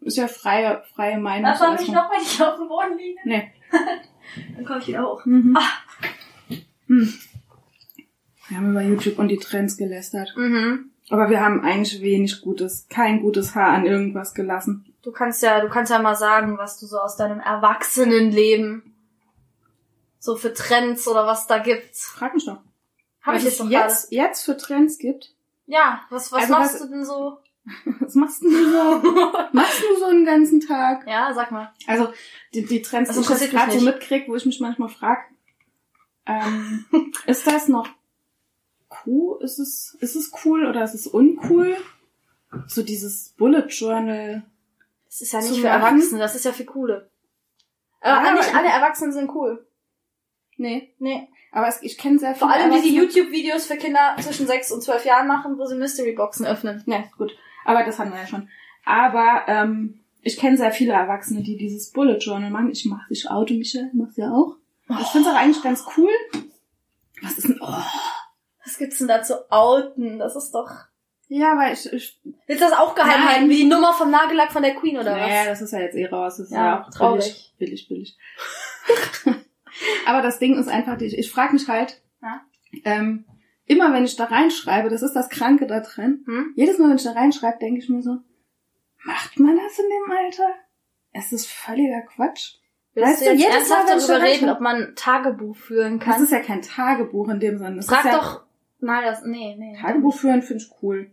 Speaker 3: Ist ja freie, freie
Speaker 2: Lass mal mich
Speaker 3: Meinungsäußerung.
Speaker 2: noch, wenn ich auf dem Boden liege.
Speaker 3: Nee.
Speaker 2: Dann komme ich wieder hoch.
Speaker 3: Mhm. Hm. Wir haben über YouTube und die Trends gelästert.
Speaker 2: Mhm.
Speaker 3: Aber wir haben eigentlich wenig Gutes, kein gutes Haar an irgendwas gelassen.
Speaker 2: Du kannst ja, du kannst ja mal sagen, was du so aus deinem Erwachsenenleben so für Trends oder was da gibt.
Speaker 3: Frag mich doch.
Speaker 2: Hab ich
Speaker 3: was
Speaker 2: jetzt
Speaker 3: es
Speaker 2: doch gerade.
Speaker 3: jetzt, jetzt für Trends gibt.
Speaker 2: Ja, was, was
Speaker 3: Also
Speaker 2: machst
Speaker 3: was-
Speaker 2: du denn so?
Speaker 3: Was machst du denn so? machst du so einen ganzen Tag?
Speaker 2: ja, sag mal.
Speaker 3: Also die, die Trends,
Speaker 2: Das
Speaker 3: die ich jetzt
Speaker 2: interessiert mich
Speaker 3: gerade so
Speaker 2: nicht.
Speaker 3: mitkriege, wo ich mich manchmal frage, ähm, ist das noch cool? Ist es, ist es cool oder ist es uncool? So dieses Bullet Journal.
Speaker 2: Das ist ja
Speaker 3: Zu
Speaker 2: nicht für
Speaker 3: machen?
Speaker 2: Erwachsene, das ist ja für Coole. Aber
Speaker 3: Ja, aber-
Speaker 2: nicht alle Erwachsenen sind cool.
Speaker 3: Nee,
Speaker 2: Nee.
Speaker 3: aber es, ich kenne sehr viele.
Speaker 2: Vor allem, wie die
Speaker 3: Erwachsene-
Speaker 2: YouTube-Videos für Kinder zwischen 6 und 12 Jahren machen, wo sie Mystery-Boxen öffnen.
Speaker 3: Nee, ist Ne, gut. Aber das haben wir ja schon. Aber ähm, ich kenne sehr viele Erwachsene, die dieses Bullet Journal machen. Ich mach, ich oute mich ja, ich mach's ja auch. Ich finde es auch eigentlich ganz cool. Was ist denn? Oh.
Speaker 2: Was gibt's denn da zu outen? Das ist doch...
Speaker 3: Ja, weil ich, ich
Speaker 2: Willst du das auch geheim
Speaker 3: Nein.
Speaker 2: halten? Wie die Nummer vom Nagellack von der Queen oder
Speaker 3: naja, das ist ja jetzt eh raus. Das ist
Speaker 2: Ja,
Speaker 3: ja, auch
Speaker 2: traurig.
Speaker 3: Billig, billig, billig. Aber das Ding ist einfach, ich, ich frage mich halt,
Speaker 2: Ja.
Speaker 3: ähm, immer wenn ich da reinschreibe, das ist das Kranke da drin,
Speaker 2: was? Hm?
Speaker 3: jedes Mal, wenn ich da reinschreibe, denke ich mir so, macht man das in dem Alter? Es ist völliger Quatsch.
Speaker 2: Willst
Speaker 3: Weißt
Speaker 2: du,
Speaker 3: du,
Speaker 2: jetzt
Speaker 3: jedes
Speaker 2: ernsthaft
Speaker 3: Mal, wenn ich
Speaker 2: darüber
Speaker 3: da
Speaker 2: reden,
Speaker 3: rechne-
Speaker 2: ob man ein Tagebuch führen
Speaker 3: Das
Speaker 2: kann?
Speaker 3: ist ja kein Tagebuch in dem Sinne. Das ist
Speaker 2: Frag
Speaker 3: ja,
Speaker 2: doch. Nein, das. Nee, nee.
Speaker 3: Tagebuch führen finde ich cool.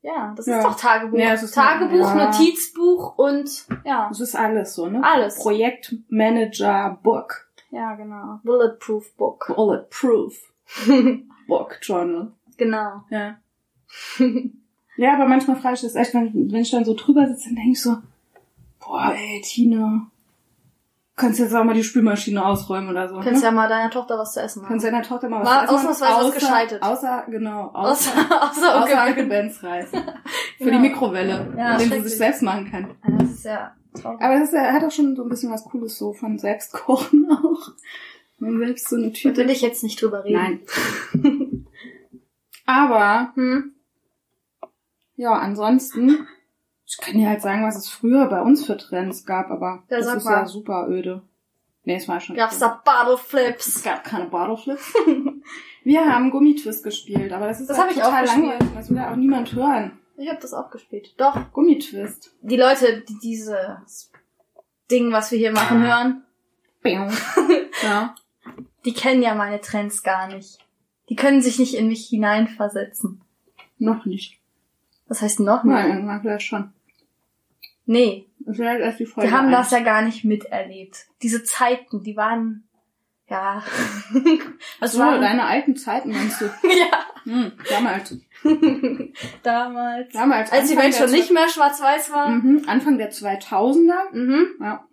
Speaker 2: Ja, das
Speaker 3: Ja.
Speaker 2: ist doch Tagebuch.
Speaker 3: Ja, es ist-
Speaker 2: Tagebuch,
Speaker 3: ja.
Speaker 2: Notizbuch und ja.
Speaker 3: Das ist alles so, ne?
Speaker 2: Alles.
Speaker 3: Projektmanager, Book,
Speaker 2: Ja, genau. Bulletproof Book.
Speaker 3: Bulletproof, Book Journal.
Speaker 2: genau.
Speaker 3: Ja. ja, aber manchmal frage ich das echt, wenn, wenn ich dann so drüber sitze, dann denke ich so, boah, ey, Tine, kannst jetzt auch mal die Spülmaschine ausräumen oder so.
Speaker 2: Du kannst
Speaker 3: ne?
Speaker 2: ja mal deiner Tochter was zu essen machen.
Speaker 3: kannst deiner Tochter mal was
Speaker 2: War
Speaker 3: essen machen,
Speaker 2: ausnahmsweise was geschaltet.
Speaker 3: Außer, genau, außer,
Speaker 2: Außer,
Speaker 3: außer
Speaker 2: außer, okay.
Speaker 3: Uncle Ben's Reis. Für
Speaker 2: Genau.
Speaker 3: die Mikrowelle,
Speaker 2: Ja,
Speaker 3: den sie
Speaker 2: schrecklich.
Speaker 3: sich selbst machen kann.
Speaker 2: Das ist ja Traurig.
Speaker 3: Aber das ist, ja- hat auch schon so ein bisschen was Cooles so von Selbstkochen auch. Man selbst so eine
Speaker 2: Da
Speaker 3: Tüte.
Speaker 2: will ich jetzt nicht drüber reden.
Speaker 3: Nein. Aber,
Speaker 2: Hm?
Speaker 3: ja, ansonsten, ich kann dir halt sagen, was es früher bei uns für Trends gab, aber
Speaker 2: Ja,
Speaker 3: das
Speaker 2: sag
Speaker 3: ist
Speaker 2: mal.
Speaker 3: ja super öde. Nee, es war schon.
Speaker 2: Gab's da Bottle
Speaker 3: es
Speaker 2: Flips?
Speaker 3: gab keine Bartoflips. Wir haben Gummitwist gespielt, aber das ist
Speaker 2: Das
Speaker 3: halt
Speaker 2: hab ich auch
Speaker 3: total
Speaker 2: gespielt.
Speaker 3: langweilig. Das will ja auch niemand hören.
Speaker 2: Ich habe das auch gespielt. Doch,
Speaker 3: Gummitwist.
Speaker 2: die Leute, die dieses Ding, was wir hier
Speaker 3: Ah.
Speaker 2: machen, hören,
Speaker 3: Bäm. ja.
Speaker 2: die kennen ja meine Trends gar nicht. Die können sich nicht in mich hineinversetzen.
Speaker 3: Noch nicht.
Speaker 2: Das heißt noch nicht.
Speaker 3: Nein, irgendwann vielleicht schon.
Speaker 2: Nee,
Speaker 3: Vielleicht erst die Folge.
Speaker 2: wir haben
Speaker 3: eins.
Speaker 2: das ja gar nicht miterlebt. Diese Zeiten, die waren, ja. Was
Speaker 3: So,
Speaker 2: waren?
Speaker 3: deine alten Zeiten meinst du?
Speaker 2: Hm. Ja.
Speaker 3: Hm, damals.
Speaker 2: Damals.
Speaker 3: Damals.
Speaker 2: Als die
Speaker 3: Anfang
Speaker 2: Welt
Speaker 3: der
Speaker 2: schon nicht mehr schwarz-weiß war.
Speaker 3: Mhm, Anfang der 2000er.
Speaker 2: Mhm.
Speaker 3: Ja.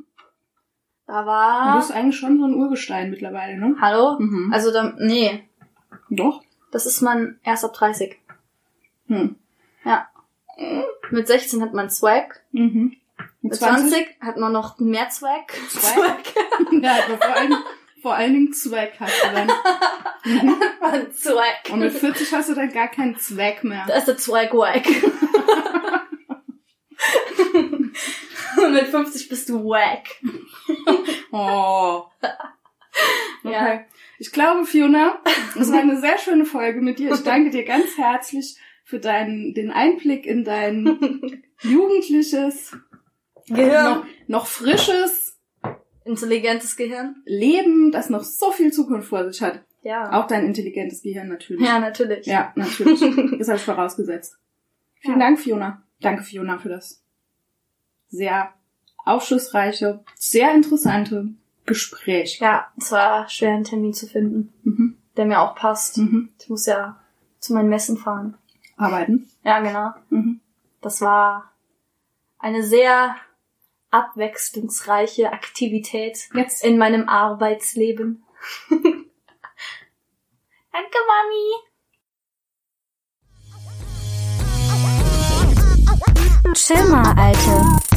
Speaker 2: Da
Speaker 3: Du
Speaker 2: war.
Speaker 3: bist eigentlich schon so ein Urgestein mittlerweile, ne?
Speaker 2: Hallo?
Speaker 3: Mhm.
Speaker 2: Also da, nee, Also
Speaker 3: Doch.
Speaker 2: das ist man erst ab 30.
Speaker 3: Hm.
Speaker 2: Mit 16 hat man Swag.
Speaker 3: Mhm.
Speaker 2: Mit 20, hat man noch mehr Swag.
Speaker 3: Swag? ja, aber vor allem, vor allen Dingen Zweck hast du dann.
Speaker 2: Hat man Swag.
Speaker 3: Und mit 40 hast du dann gar keinen Zweck mehr.
Speaker 2: da ist der Swag wack. Und mit 50 bist du wack.
Speaker 3: Oh. Okay.
Speaker 2: Ja.
Speaker 3: Ich glaube, Fiona, es war eine sehr schöne Folge mit dir. Ich danke dir ganz herzlich für deinen, den Einblick in dein jugendliches,
Speaker 2: Gehirn.
Speaker 3: noch, noch frisches
Speaker 2: Intelligentes Gehirn.
Speaker 3: Leben, das noch so viel Zukunft vor sich hat.
Speaker 2: Ja.
Speaker 3: Auch dein intelligentes Gehirn natürlich.
Speaker 2: Ja, natürlich.
Speaker 3: ja natürlich. Das habe ich vorausgesetzt. Vielen
Speaker 2: Ja.
Speaker 3: Dank, Fiona. Danke, Fiona, für das sehr aufschlussreiche, sehr interessante Gespräch.
Speaker 2: Ja, es war schwer, einen Termin zu finden,
Speaker 3: Mhm.
Speaker 2: der mir auch passt.
Speaker 3: Mhm.
Speaker 2: Ich muss ja zu meinen Messen fahren.
Speaker 3: Arbeiten.
Speaker 2: Ja, genau.
Speaker 3: Mhm.
Speaker 2: Das war eine sehr abwechslungsreiche Aktivität
Speaker 3: Jetzt
Speaker 2: in meinem Arbeitsleben. Danke, Mami.
Speaker 1: Chill mal, Alte.